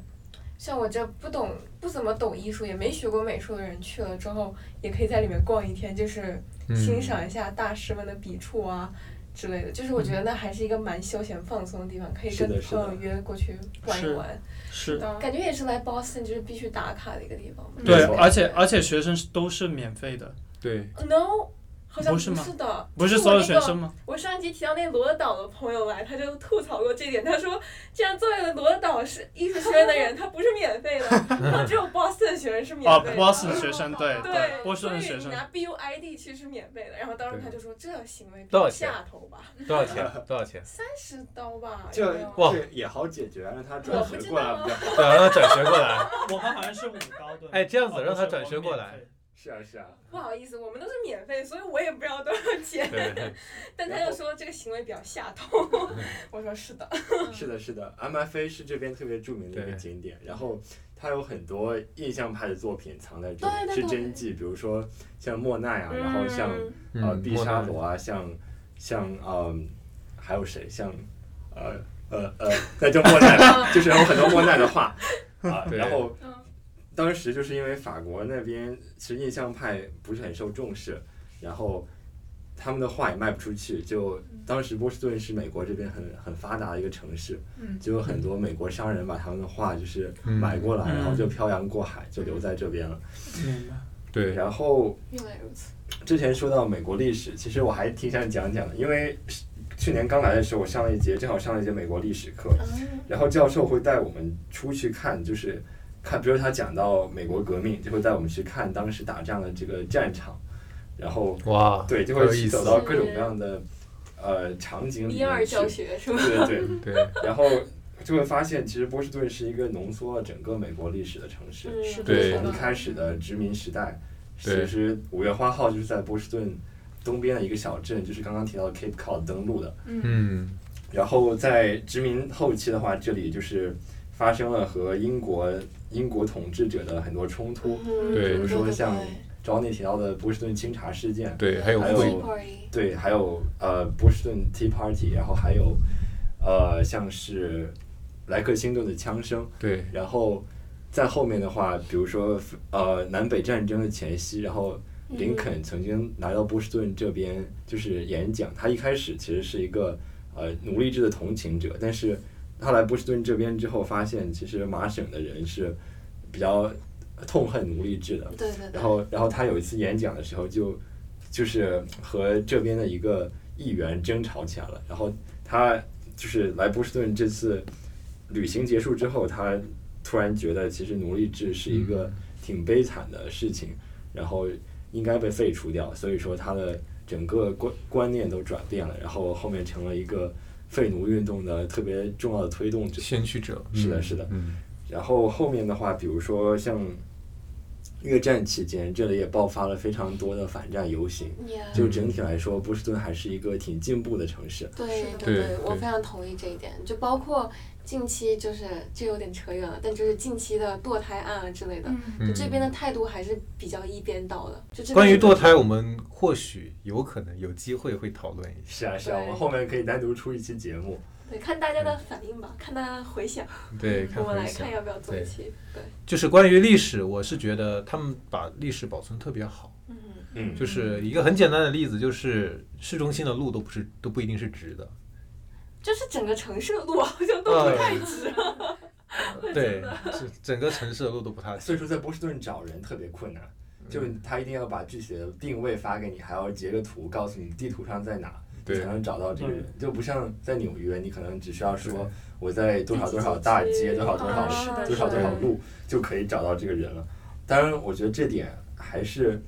[SPEAKER 7] 像我这不懂、不怎么懂艺术，也没学过美术的人去了之后，也可以在里面逛一天，就是
[SPEAKER 1] 嗯
[SPEAKER 7] 欣赏一下大师们的笔触啊。之类的，就是我觉
[SPEAKER 2] 嗯
[SPEAKER 7] 得那还是一个蛮休闲放松的地方，可以
[SPEAKER 3] 是
[SPEAKER 7] 跟
[SPEAKER 3] 的是
[SPEAKER 7] 朋
[SPEAKER 3] 的
[SPEAKER 7] 友约过去玩一
[SPEAKER 2] 是
[SPEAKER 7] 玩，
[SPEAKER 2] 是。
[SPEAKER 7] 感觉也是来 Boston 就是必须打卡的一个地方嘛。
[SPEAKER 2] 对
[SPEAKER 3] 没，错
[SPEAKER 2] 而且而且学生是都是免费的，
[SPEAKER 1] 对，
[SPEAKER 7] No，好像
[SPEAKER 2] 不是吗
[SPEAKER 7] 是的，
[SPEAKER 2] 不是
[SPEAKER 7] 就
[SPEAKER 2] 所
[SPEAKER 7] 我
[SPEAKER 2] 有
[SPEAKER 7] 那
[SPEAKER 2] 学
[SPEAKER 7] 个
[SPEAKER 2] 生吗？
[SPEAKER 7] 我上一集提到那罗德岛的朋友来，他就吐槽过这点。他说，这样作为罗德岛是艺术学院的人，他不是免费的，然后只有 Boston 的学生是免
[SPEAKER 2] 哦
[SPEAKER 7] 费的。
[SPEAKER 2] 波士顿学生，对
[SPEAKER 7] 对，
[SPEAKER 2] 波士顿
[SPEAKER 7] 所
[SPEAKER 2] 学
[SPEAKER 7] 以你
[SPEAKER 2] 生，
[SPEAKER 7] 拿 BUID 去是免费的。然后当时他就说，这行为比
[SPEAKER 1] 多少
[SPEAKER 7] 较
[SPEAKER 1] 钱
[SPEAKER 7] 下头吧，
[SPEAKER 1] 多少钱？多少钱？
[SPEAKER 7] 三十刀吧，
[SPEAKER 3] 这
[SPEAKER 7] 有没有
[SPEAKER 1] 哇
[SPEAKER 3] 这也好解决，让他转学过来比
[SPEAKER 7] [laughs]
[SPEAKER 3] 较好。
[SPEAKER 1] 对，让他转学过来。
[SPEAKER 2] 我们好像是五高对
[SPEAKER 1] 哎这样子让他转学过来，
[SPEAKER 3] 是啊是啊，
[SPEAKER 7] 不好意思，我们都是免费，所以我也不知道多少钱。
[SPEAKER 1] 对对
[SPEAKER 7] 但他就说这个行为比较下头，我说是的，
[SPEAKER 3] 是的，是的，MFA 是这边特别著名的一个
[SPEAKER 1] 对
[SPEAKER 3] 景点，然后它有很多印象派的作品藏在这
[SPEAKER 7] 对
[SPEAKER 3] 里，
[SPEAKER 7] 对
[SPEAKER 3] 是
[SPEAKER 7] 对
[SPEAKER 3] 真迹，比如说像莫奈啊，然后像
[SPEAKER 7] 嗯
[SPEAKER 3] 呃
[SPEAKER 1] 嗯
[SPEAKER 3] 毕沙罗啊，像像呃还有谁，像呃呃呃，那叫莫奈吧， [laughs] 就是有很多莫奈的画啊，
[SPEAKER 1] 对
[SPEAKER 3] 然后
[SPEAKER 7] 嗯
[SPEAKER 3] 当时就是因为法国那边其实印象派不是很受重视，然后他们的画也卖不出去，就当时波士顿是美国这边很很发达的一个城市，
[SPEAKER 4] 嗯
[SPEAKER 3] 就有很多美国商人把他们的画就是
[SPEAKER 1] 嗯
[SPEAKER 3] 买过来，
[SPEAKER 2] 嗯
[SPEAKER 3] 然后就漂洋过海就留在这边了，
[SPEAKER 2] 明白
[SPEAKER 1] 对
[SPEAKER 3] 然后。
[SPEAKER 5] 原来如此。
[SPEAKER 3] 之前说到美国历史，其实我还挺想讲讲的，因为是去年刚来的时候，我上了一节，正好上了一节美国历史课，
[SPEAKER 5] 嗯
[SPEAKER 3] 然后教授会带我们出去看，就是看，比如他讲到美国革命，就会带我们去看当时打仗的这个战场，然后
[SPEAKER 1] 哇，
[SPEAKER 3] 对，就
[SPEAKER 1] 好
[SPEAKER 3] 会
[SPEAKER 1] 有意思
[SPEAKER 3] 走到各种各样的呃场景里
[SPEAKER 5] 一二
[SPEAKER 3] 面去，
[SPEAKER 5] 教学是吧？
[SPEAKER 3] 对对
[SPEAKER 1] 对，
[SPEAKER 3] 对，然后就会发现，其实波士顿是一个浓缩了整个美国历史的城市，
[SPEAKER 5] 嗯
[SPEAKER 4] 是的
[SPEAKER 1] 对
[SPEAKER 3] 从一开始的殖民时代，
[SPEAKER 1] 对
[SPEAKER 3] 其实五月花号就是在波士顿东边的一个小镇，就是刚刚提到的 Cape Cod 登陆的。
[SPEAKER 1] 嗯
[SPEAKER 3] 然后在殖民后期的话，这里就是发生了和英国英国统治者的很多冲突，
[SPEAKER 5] 嗯
[SPEAKER 1] 对
[SPEAKER 3] 比如说像
[SPEAKER 5] 对
[SPEAKER 3] Johnny 提到的波士顿清茶事件，
[SPEAKER 1] 对，还有
[SPEAKER 3] 还
[SPEAKER 1] 会
[SPEAKER 3] 有对，还有呃波士顿 Tea Party，然后还有呃像是莱克星顿的枪声，
[SPEAKER 1] 对
[SPEAKER 3] 然后在后面的话，比如说呃南北战争的前夕，然后林肯曾经来到波士顿这边就是演讲，他一开始其实是一个呃奴隶制的同情者，但是他来波士顿这边之后，发现其实麻省的人是比较痛恨奴隶制的，
[SPEAKER 5] 对对对
[SPEAKER 3] 然，后，然后他有一次演讲的时候就，就是和这边的一个议员争吵起来了。然后他就是来波士顿这次旅行结束之后，他突然觉得其实奴隶制是一
[SPEAKER 5] 嗯
[SPEAKER 3] 个挺悲惨的事情，然后应该被废除掉。所以说他的整个观观念都转变了，然后后面成了一个废奴运动的特别重要的推动者。
[SPEAKER 1] 先驱者，
[SPEAKER 3] 是的
[SPEAKER 1] 嗯
[SPEAKER 3] 是的
[SPEAKER 1] 嗯，
[SPEAKER 3] 然后后面的话，比如说像越战期间，这里也爆发了非常多的反战游行。
[SPEAKER 5] Yeah，
[SPEAKER 3] 就整体来说，波士顿还是一个挺进步的城市。
[SPEAKER 5] 对
[SPEAKER 4] 是的
[SPEAKER 5] 对
[SPEAKER 1] 对
[SPEAKER 5] 我
[SPEAKER 1] 对
[SPEAKER 5] 非常同意这一点。就包括近期，就是这有点扯远了，但就是近期的堕胎案啊之类的，
[SPEAKER 4] 嗯，
[SPEAKER 5] 就这边的态度还是比较一边倒的。就这边
[SPEAKER 1] 关于
[SPEAKER 5] 是
[SPEAKER 1] 堕胎，我们或许有可能有机会会讨论 [laughs] 一下。
[SPEAKER 3] 是啊，是啊，
[SPEAKER 5] 对
[SPEAKER 3] 我们后面可以单独出一期节目。
[SPEAKER 5] 对，看大家的反应吧，看大家的回响，
[SPEAKER 1] 对，看
[SPEAKER 5] 我们
[SPEAKER 1] 回
[SPEAKER 5] 来
[SPEAKER 1] 想
[SPEAKER 5] 看。要不要做一
[SPEAKER 1] 对
[SPEAKER 5] 期。对，
[SPEAKER 1] 就是关于历史，我是觉得他们把历史保存特别好。
[SPEAKER 5] 嗯，
[SPEAKER 3] 嗯，
[SPEAKER 1] 就是一个很简单的例子，就是市中心的路都不是都不一定是直的。
[SPEAKER 5] 就是整个城市的路好像都
[SPEAKER 1] 呃
[SPEAKER 5] 不太直啊。
[SPEAKER 1] 对，整整个城市的路都不太嗯
[SPEAKER 3] 所以说在波士顿找人特别困难， [laughs] 就是他一定要把具体的定位发给你，还要截个图告诉你地图上在哪，你
[SPEAKER 1] 对
[SPEAKER 3] 才能找到这个
[SPEAKER 5] 嗯
[SPEAKER 3] 人。就不像在纽约，你可能只需要说我在多少
[SPEAKER 5] 第几
[SPEAKER 3] 多少
[SPEAKER 5] 街
[SPEAKER 3] 大街、多少多少
[SPEAKER 4] 啊是的
[SPEAKER 3] 多少
[SPEAKER 5] 是
[SPEAKER 3] 多
[SPEAKER 5] 的
[SPEAKER 3] 少路就可以找到这个人了。当然，我觉得这点还是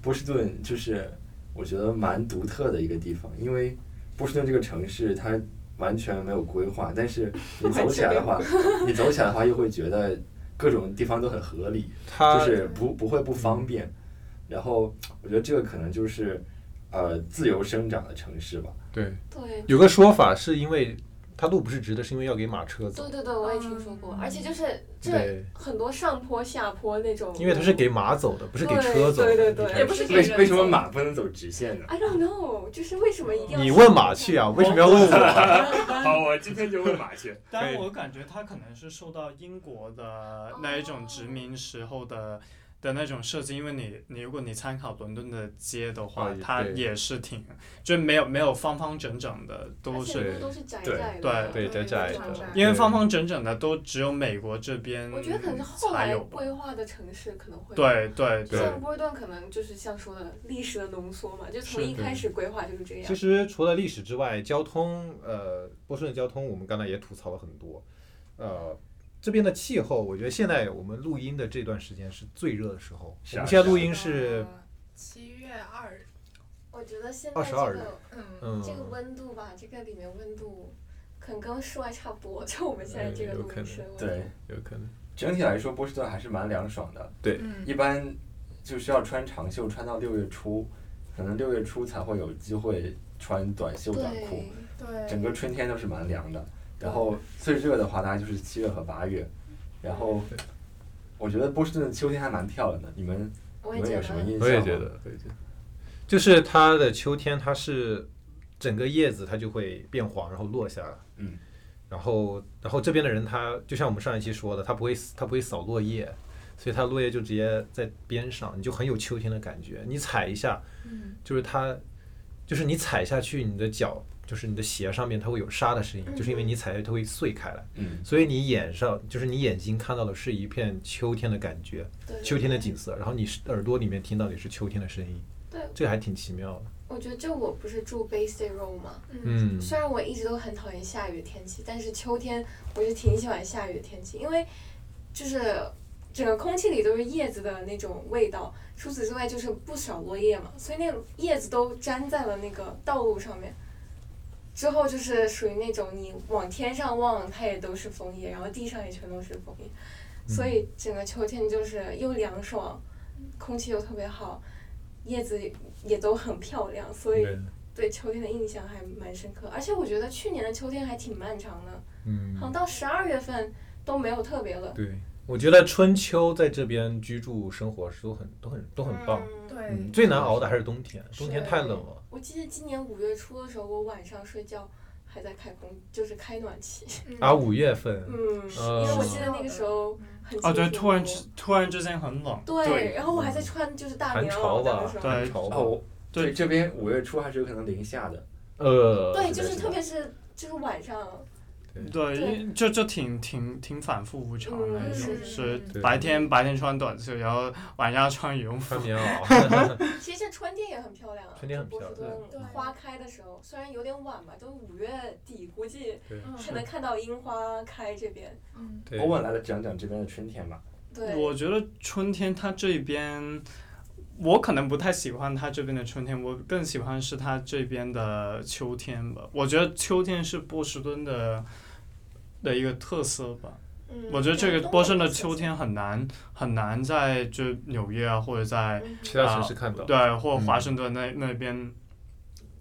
[SPEAKER 3] 波士顿，就是我觉得蛮独特的一个地方，因为波士顿这个城市它完全没有规划，但是你走起来的话，你走起来的话又会觉得各种地方都很合理，
[SPEAKER 1] 它
[SPEAKER 3] 就是不不会不方便。然后我觉得这个可能就是呃自由生长的城市吧。
[SPEAKER 1] 对。
[SPEAKER 5] [laughs] 对，
[SPEAKER 1] 有个说法是因为它路不是直的，是因为要给马车走
[SPEAKER 5] 对，对对，我也听说过，而且就是这
[SPEAKER 1] 对
[SPEAKER 5] 很多上坡下坡那种。
[SPEAKER 1] 因为它是给马走的，不是给车走的。
[SPEAKER 5] 对对对对
[SPEAKER 1] 一
[SPEAKER 7] 也
[SPEAKER 1] 开始
[SPEAKER 7] 不是给
[SPEAKER 3] 为
[SPEAKER 7] 人
[SPEAKER 3] 为什么
[SPEAKER 7] 做
[SPEAKER 3] 马不能走直线呢？
[SPEAKER 5] I don't know，就是为什么一定要
[SPEAKER 1] 你问马去啊？为什么要问我？
[SPEAKER 3] [laughs]
[SPEAKER 1] [laughs]
[SPEAKER 3] 好，我今天就问马去。
[SPEAKER 5] 哦
[SPEAKER 2] 但我感觉他可能是受到英国的那一种殖民时候的的那种设计，因为你你如果你参考伦敦的街的话，
[SPEAKER 1] 啊也
[SPEAKER 2] 它
[SPEAKER 1] 对
[SPEAKER 2] 哦也是挺就没有没有方方整整的，都
[SPEAKER 5] 而
[SPEAKER 2] 是
[SPEAKER 5] 且路都是窄
[SPEAKER 3] 对
[SPEAKER 5] 窄的，
[SPEAKER 2] 对
[SPEAKER 1] 对窄窄 [laughs]
[SPEAKER 5] 长
[SPEAKER 1] 的
[SPEAKER 5] 窄，
[SPEAKER 2] 因为方方整整的都只有美国这边
[SPEAKER 5] 我觉得可能是后
[SPEAKER 2] 才
[SPEAKER 5] 来
[SPEAKER 2] 有吧
[SPEAKER 5] 规划的城市可能会
[SPEAKER 2] 对对对
[SPEAKER 5] 像波士顿可能就是像说的历史的浓缩嘛，就从
[SPEAKER 2] 是
[SPEAKER 5] 一开始规划就是这样
[SPEAKER 1] 其。实除了历史之外，交通，呃，波士顿交通我们刚才也吐槽了很多，呃，这边的气候，我觉得现在我们录音的这段时间是最热的时候，
[SPEAKER 3] 是
[SPEAKER 1] 我
[SPEAKER 3] 啊
[SPEAKER 1] 们现在
[SPEAKER 3] 是啊
[SPEAKER 1] 录音是
[SPEAKER 4] 嗯七月二日，
[SPEAKER 5] 我觉得现在这
[SPEAKER 1] 22
[SPEAKER 5] 个
[SPEAKER 4] 嗯，
[SPEAKER 1] 嗯
[SPEAKER 5] 这个温度吧，这个里面温度可能跟室外差不多，就我们现在这个
[SPEAKER 1] 嗯有
[SPEAKER 5] 录
[SPEAKER 1] 可能
[SPEAKER 5] 音室的温
[SPEAKER 3] [laughs]
[SPEAKER 5] 度。
[SPEAKER 3] 对，
[SPEAKER 1] 有可能
[SPEAKER 3] 整体来说波士顿还是蛮凉爽的，
[SPEAKER 4] 嗯
[SPEAKER 3] 一般就是要穿长袖，穿到六月初，可能六月初才会有机会穿短袖短裤。
[SPEAKER 5] 对，
[SPEAKER 4] 对，
[SPEAKER 3] 整个春天都是蛮凉的，然后最热的话大概就是七月和八月，然后
[SPEAKER 1] 对
[SPEAKER 3] 我觉得波士顿的秋天还蛮漂亮的，你们
[SPEAKER 5] 我
[SPEAKER 3] 你
[SPEAKER 5] 也
[SPEAKER 3] 们
[SPEAKER 5] 觉
[SPEAKER 3] 有什么
[SPEAKER 5] 得。
[SPEAKER 3] 印象吗？
[SPEAKER 1] 我也觉得，我也觉得，就是它的秋天，它是整个叶子它就会变黄，然后落下来。
[SPEAKER 3] 嗯。
[SPEAKER 1] 然后，然后这边的人他就像我们上一期说的，他不会他不会扫落叶，所以他落叶就直接在边上，你就很有秋天的感觉。你踩一下，
[SPEAKER 4] 嗯
[SPEAKER 1] 就是它，就是你踩下去，你的脚就是你的鞋上面它会有沙的声音，就是因
[SPEAKER 5] 嗯
[SPEAKER 1] 为你踩下去它会碎开来，
[SPEAKER 3] 嗯，
[SPEAKER 1] 所以你眼上就是你眼睛看到的是一片秋天的感觉。
[SPEAKER 5] 对对
[SPEAKER 1] 秋天的
[SPEAKER 5] 对
[SPEAKER 1] 景色，然后你是耳朵里面听到的也是秋天的声音，
[SPEAKER 5] 对
[SPEAKER 1] 这个还挺奇妙的。
[SPEAKER 5] 我觉得就我不是住 Bay City Road 嘛，
[SPEAKER 4] 嗯
[SPEAKER 1] 嗯，
[SPEAKER 5] 虽然我一直都很讨厌下雨的天气，但是秋天我就挺喜欢下雨的天气，因为就是整个空气里都是叶子的那种味道，除此之外就是不少落叶嘛，所以那种叶子都粘在了那个道路上面。之后就是属于那种你往天上望，它也都是枫叶，然后地上也全都是枫叶，所
[SPEAKER 1] 嗯
[SPEAKER 5] 以整个秋天就是又凉爽，空气又特别好，叶子也都很漂亮，所以对秋天的印象还蛮深刻，而且我觉得去年的秋天还挺漫长的，好像
[SPEAKER 1] 嗯，
[SPEAKER 5] 到十二月份都没有特别冷。
[SPEAKER 1] 对，我觉得春秋在这边居住生活是都很都很都很棒。
[SPEAKER 5] 嗯
[SPEAKER 4] 对，
[SPEAKER 1] 嗯，最难熬的还是冬天，
[SPEAKER 5] 是
[SPEAKER 1] 冬天太冷了。
[SPEAKER 5] 我记得今年五月初的时候，我晚上睡觉还在开空，就是开暖气。
[SPEAKER 4] 嗯
[SPEAKER 1] 啊，五月份，
[SPEAKER 5] 嗯，
[SPEAKER 1] 嗯
[SPEAKER 5] 因为我记得那个时候很
[SPEAKER 2] 哦对，
[SPEAKER 5] 清楚
[SPEAKER 2] 突然之突然之间很冷，
[SPEAKER 5] 对，
[SPEAKER 3] 对
[SPEAKER 5] 然后我还在穿就是大
[SPEAKER 1] 嗯寒
[SPEAKER 5] 棉
[SPEAKER 1] 潮
[SPEAKER 5] 袄
[SPEAKER 1] 吧
[SPEAKER 5] 的时，候，
[SPEAKER 2] 对
[SPEAKER 1] 寒潮吧，
[SPEAKER 3] 哦，
[SPEAKER 2] 对
[SPEAKER 3] 对，这边五月初还是有可能零下的，
[SPEAKER 1] 呃，
[SPEAKER 5] 对，
[SPEAKER 3] 是
[SPEAKER 5] 就
[SPEAKER 3] 的
[SPEAKER 5] 是
[SPEAKER 3] 是
[SPEAKER 5] 特
[SPEAKER 3] 的
[SPEAKER 5] 别是就是晚上，
[SPEAKER 2] 对，
[SPEAKER 5] 对
[SPEAKER 2] 因就就挺挺挺反复无常的那
[SPEAKER 5] 嗯
[SPEAKER 2] 种，
[SPEAKER 5] 是
[SPEAKER 2] 是
[SPEAKER 1] 对
[SPEAKER 2] 白天白天穿短袖，然后晚上要穿羽绒服
[SPEAKER 1] 穿。棉袄， [laughs]
[SPEAKER 5] 其实这春天也很漂亮啊。
[SPEAKER 1] 春天很漂亮
[SPEAKER 5] 就波士
[SPEAKER 4] 对
[SPEAKER 5] 顿花开的时候，虽然有点晚吧，都五月底，估计
[SPEAKER 4] 嗯
[SPEAKER 5] 才能看到樱花开这边。
[SPEAKER 4] 嗯
[SPEAKER 1] 对，
[SPEAKER 3] 欧文来了讲讲这边的春天吧。
[SPEAKER 5] 对，
[SPEAKER 2] 我觉得春天它这边，我可能不太喜欢它这边的春天，我更喜欢是它这边的秋天吧。我觉得秋天是波士顿的的一个特色吧。
[SPEAKER 5] 嗯
[SPEAKER 2] 我觉得这
[SPEAKER 5] 对
[SPEAKER 2] 个
[SPEAKER 5] 东
[SPEAKER 2] 波
[SPEAKER 5] 北
[SPEAKER 2] 士顿的
[SPEAKER 5] 特色
[SPEAKER 2] 秋天很难很难在就纽约啊或者在
[SPEAKER 5] 嗯
[SPEAKER 1] 其他城市看到。
[SPEAKER 2] 对，或
[SPEAKER 1] 嗯
[SPEAKER 2] 华盛顿那、那边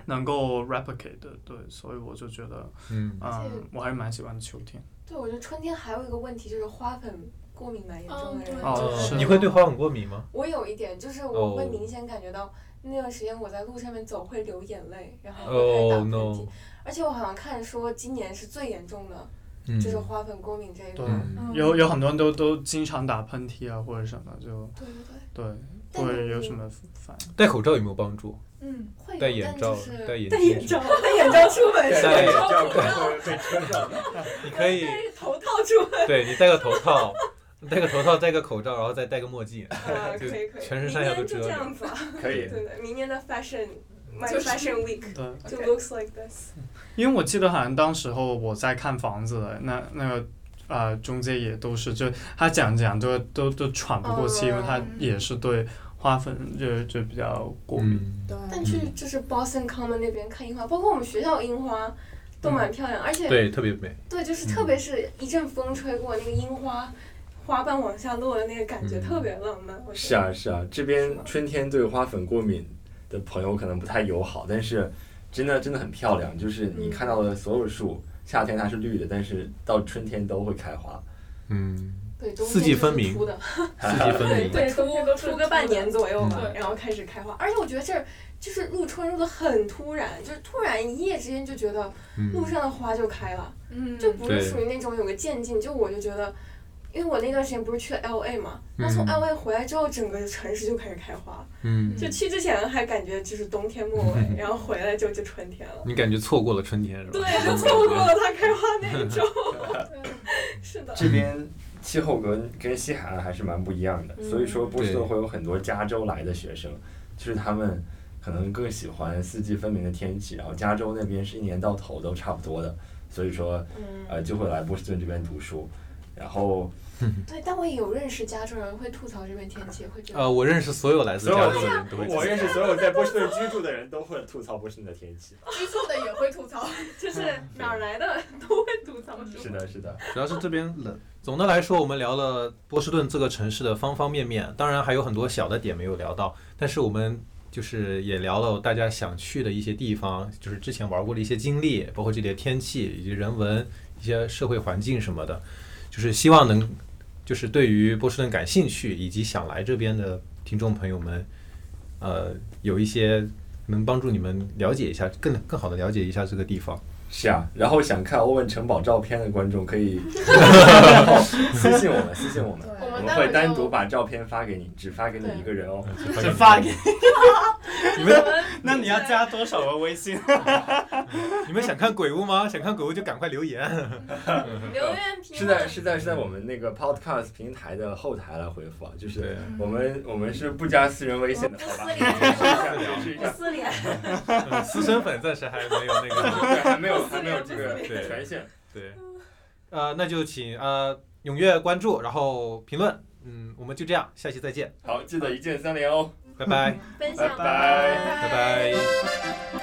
[SPEAKER 2] 能够 replicate 的，对，所以我就觉得，
[SPEAKER 1] 嗯，
[SPEAKER 5] 而且
[SPEAKER 2] 嗯，我还是蛮喜欢秋天。
[SPEAKER 5] 对，我觉得春天还有一个问题就是花粉过敏蛮严重的人。
[SPEAKER 4] 嗯
[SPEAKER 2] 哦
[SPEAKER 1] 呃
[SPEAKER 2] 是
[SPEAKER 1] 你会对花粉过敏吗？
[SPEAKER 5] 我有一点，就是我会
[SPEAKER 1] 哦
[SPEAKER 5] 明显感觉到那段时间我在路上面走会流眼泪，然后会开始打
[SPEAKER 1] 哦
[SPEAKER 5] 喷嚏
[SPEAKER 1] no，
[SPEAKER 5] 而且我好像看说今年是最严重的，
[SPEAKER 1] 嗯
[SPEAKER 5] 就是花粉过敏这一块。
[SPEAKER 2] 对，
[SPEAKER 1] 嗯
[SPEAKER 2] 有有很多人都都经常打喷嚏啊或者什么，就
[SPEAKER 5] 对对对，
[SPEAKER 2] 对，
[SPEAKER 5] 但
[SPEAKER 2] 会有
[SPEAKER 5] 你
[SPEAKER 2] 什么反应？
[SPEAKER 1] 戴口罩有没有帮助？
[SPEAKER 4] 嗯，
[SPEAKER 5] 会有
[SPEAKER 1] 戴眼
[SPEAKER 5] 哎但
[SPEAKER 1] 罩
[SPEAKER 5] 就是
[SPEAKER 1] 戴眼
[SPEAKER 5] 戴
[SPEAKER 1] 镜
[SPEAKER 5] 眼罩，戴眼罩出门是吧
[SPEAKER 1] 戴眼
[SPEAKER 3] 这 [laughs] 样可能会被车撞到。
[SPEAKER 1] 你可
[SPEAKER 5] [laughs]
[SPEAKER 1] 以
[SPEAKER 5] 戴着头套出
[SPEAKER 1] [laughs]
[SPEAKER 5] 门。
[SPEAKER 1] 对你戴个头套， [laughs] 戴个头套，戴个口罩，然后再戴个墨镜，
[SPEAKER 5] 啊，可
[SPEAKER 1] 就
[SPEAKER 5] 以可以，
[SPEAKER 1] 全身上下都
[SPEAKER 5] 明年就
[SPEAKER 1] 遮
[SPEAKER 5] 这
[SPEAKER 1] 着。
[SPEAKER 5] 样子啊。
[SPEAKER 3] 可以
[SPEAKER 5] 对，对，明年的 [laughs] fashion my
[SPEAKER 4] 就是
[SPEAKER 5] fashion week
[SPEAKER 2] 对，
[SPEAKER 5] 就
[SPEAKER 4] OK
[SPEAKER 5] looks like this。
[SPEAKER 2] 因为我记得好像当时候我在看房子的那那个。呃，中介也都是，就他讲讲都都都喘不
[SPEAKER 5] 哦
[SPEAKER 2] 过气，因为他
[SPEAKER 4] 嗯
[SPEAKER 2] 也是对花粉就就比较过敏。
[SPEAKER 1] 嗯，
[SPEAKER 4] 对，
[SPEAKER 5] 但去就是 Boston Common 那边看樱花，包括我们学校的樱花都
[SPEAKER 1] 嗯
[SPEAKER 5] 蛮漂亮，而且
[SPEAKER 1] 对，特别美。
[SPEAKER 5] 对就是特别是一阵风吹过那个樱花花瓣往下落的那个感觉，
[SPEAKER 1] 嗯
[SPEAKER 5] 特别浪漫。我觉得
[SPEAKER 3] 是啊，是啊，这边春天对花粉过敏的朋友可能不太友好，但是真的真的很漂亮，就是
[SPEAKER 5] 嗯
[SPEAKER 3] 你看到的所有树，夏天它是绿的，但是到春天都会开花。
[SPEAKER 1] 嗯，
[SPEAKER 5] 对，中间
[SPEAKER 1] 四季分
[SPEAKER 5] 就是
[SPEAKER 1] 明
[SPEAKER 5] 秃的，
[SPEAKER 1] 四季分
[SPEAKER 5] 对
[SPEAKER 1] 明。
[SPEAKER 5] 对，
[SPEAKER 4] 中间
[SPEAKER 5] 秃
[SPEAKER 4] 都是
[SPEAKER 5] 秃
[SPEAKER 4] 秃
[SPEAKER 5] 个
[SPEAKER 4] 的
[SPEAKER 5] 半年左右吧
[SPEAKER 4] 嗯，
[SPEAKER 5] 然后开始开花。而且我觉得这儿就是入春入的很突然，就是突然一夜之间就觉得
[SPEAKER 1] 嗯
[SPEAKER 5] 路上的花就开了。
[SPEAKER 4] 嗯，
[SPEAKER 5] 就不是
[SPEAKER 1] 对
[SPEAKER 5] 属于那种有个渐进，就我就觉得
[SPEAKER 7] 因为我那段时间不是去 L A 嘛，那从
[SPEAKER 1] 嗯
[SPEAKER 7] L A 回来之后，整个城市就开始开花。
[SPEAKER 1] 嗯，
[SPEAKER 7] 就去之前还感觉就是冬天末
[SPEAKER 1] [laughs]
[SPEAKER 7] 尾，然后回来就就春天了。
[SPEAKER 1] 你感觉错过了春天是吧？
[SPEAKER 7] 对，就错过了它开花那一周。是
[SPEAKER 5] 嗯
[SPEAKER 7] 的，
[SPEAKER 3] 这边气候跟跟西海岸还是蛮不一样的，
[SPEAKER 5] 嗯
[SPEAKER 3] 所以说波士顿
[SPEAKER 1] 对
[SPEAKER 3] 会有很多加州来的学生，就是他们可能更喜欢四季分明的天气，然后加州那边是一年到头都差不多的，所以说
[SPEAKER 7] 嗯，
[SPEAKER 3] 呃就会来波士顿这边读书，然后
[SPEAKER 5] [laughs] 对，但我有认识加州人会吐槽这边天气，会觉得
[SPEAKER 3] 哦
[SPEAKER 1] 呃，我认识所有来自加州的人都会这
[SPEAKER 3] 我
[SPEAKER 1] 样。
[SPEAKER 3] 认识所有在波士顿居住的人都会吐槽波士顿的天气。
[SPEAKER 4] 居住的也会吐槽。
[SPEAKER 7] 就是哪儿来的都会吐槽。
[SPEAKER 5] 嗯
[SPEAKER 3] 是的，是的，
[SPEAKER 1] 主要是这边冷。总的来说，我们聊了波士顿这个城市的方方面面，当然还有很多小的点没有聊到，但是我们就是也聊了大家想去的一些地方，就是之前玩过的一些经历，包括这里的天气以及人文、一些社会环境什么的，就是希望能就是对于波士顿感兴趣以及想来这边的听众朋友们，呃，有一些能帮助你们了解一下，更更好的了解一下这个地方。
[SPEAKER 3] 是啊。然后想看欧文城堡照片的观众可以然后私信我们，私信我们，
[SPEAKER 5] 我
[SPEAKER 3] 嗯我
[SPEAKER 5] 们
[SPEAKER 3] 们
[SPEAKER 5] 待会
[SPEAKER 3] 会
[SPEAKER 5] 儿
[SPEAKER 3] 单
[SPEAKER 5] 就
[SPEAKER 3] 独把照片发给你，只发给你一个人
[SPEAKER 1] 嗯
[SPEAKER 3] 哦。
[SPEAKER 2] 只发给 [laughs] 你们，那你要加多少个微信？
[SPEAKER 1] [laughs] 你们想看鬼屋吗？ [laughs] 想看鬼屋就赶快留言。 [laughs]
[SPEAKER 7] 留言评
[SPEAKER 3] 是
[SPEAKER 7] 论
[SPEAKER 3] 在是在是在我们那个 podcast 平台的后台来回复啊，就是
[SPEAKER 1] 对
[SPEAKER 3] 我们我们是不加私人微信的，好吧？
[SPEAKER 7] 我们不
[SPEAKER 3] 解释一下，解释一
[SPEAKER 7] 不
[SPEAKER 3] 下，
[SPEAKER 7] 撕脸，
[SPEAKER 1] 呃私生粉暂时还没有那
[SPEAKER 3] [laughs]
[SPEAKER 1] 个，
[SPEAKER 3] 对，还没有还没有这个
[SPEAKER 1] 不私人
[SPEAKER 3] 权限。
[SPEAKER 1] 对，呃，那就请呃踊跃关注，然后评论，嗯，我们就这样，下期再见，
[SPEAKER 3] 好，记得一键三连哦。
[SPEAKER 1] 拜拜，
[SPEAKER 7] 分享
[SPEAKER 3] 拜拜
[SPEAKER 1] 拜拜。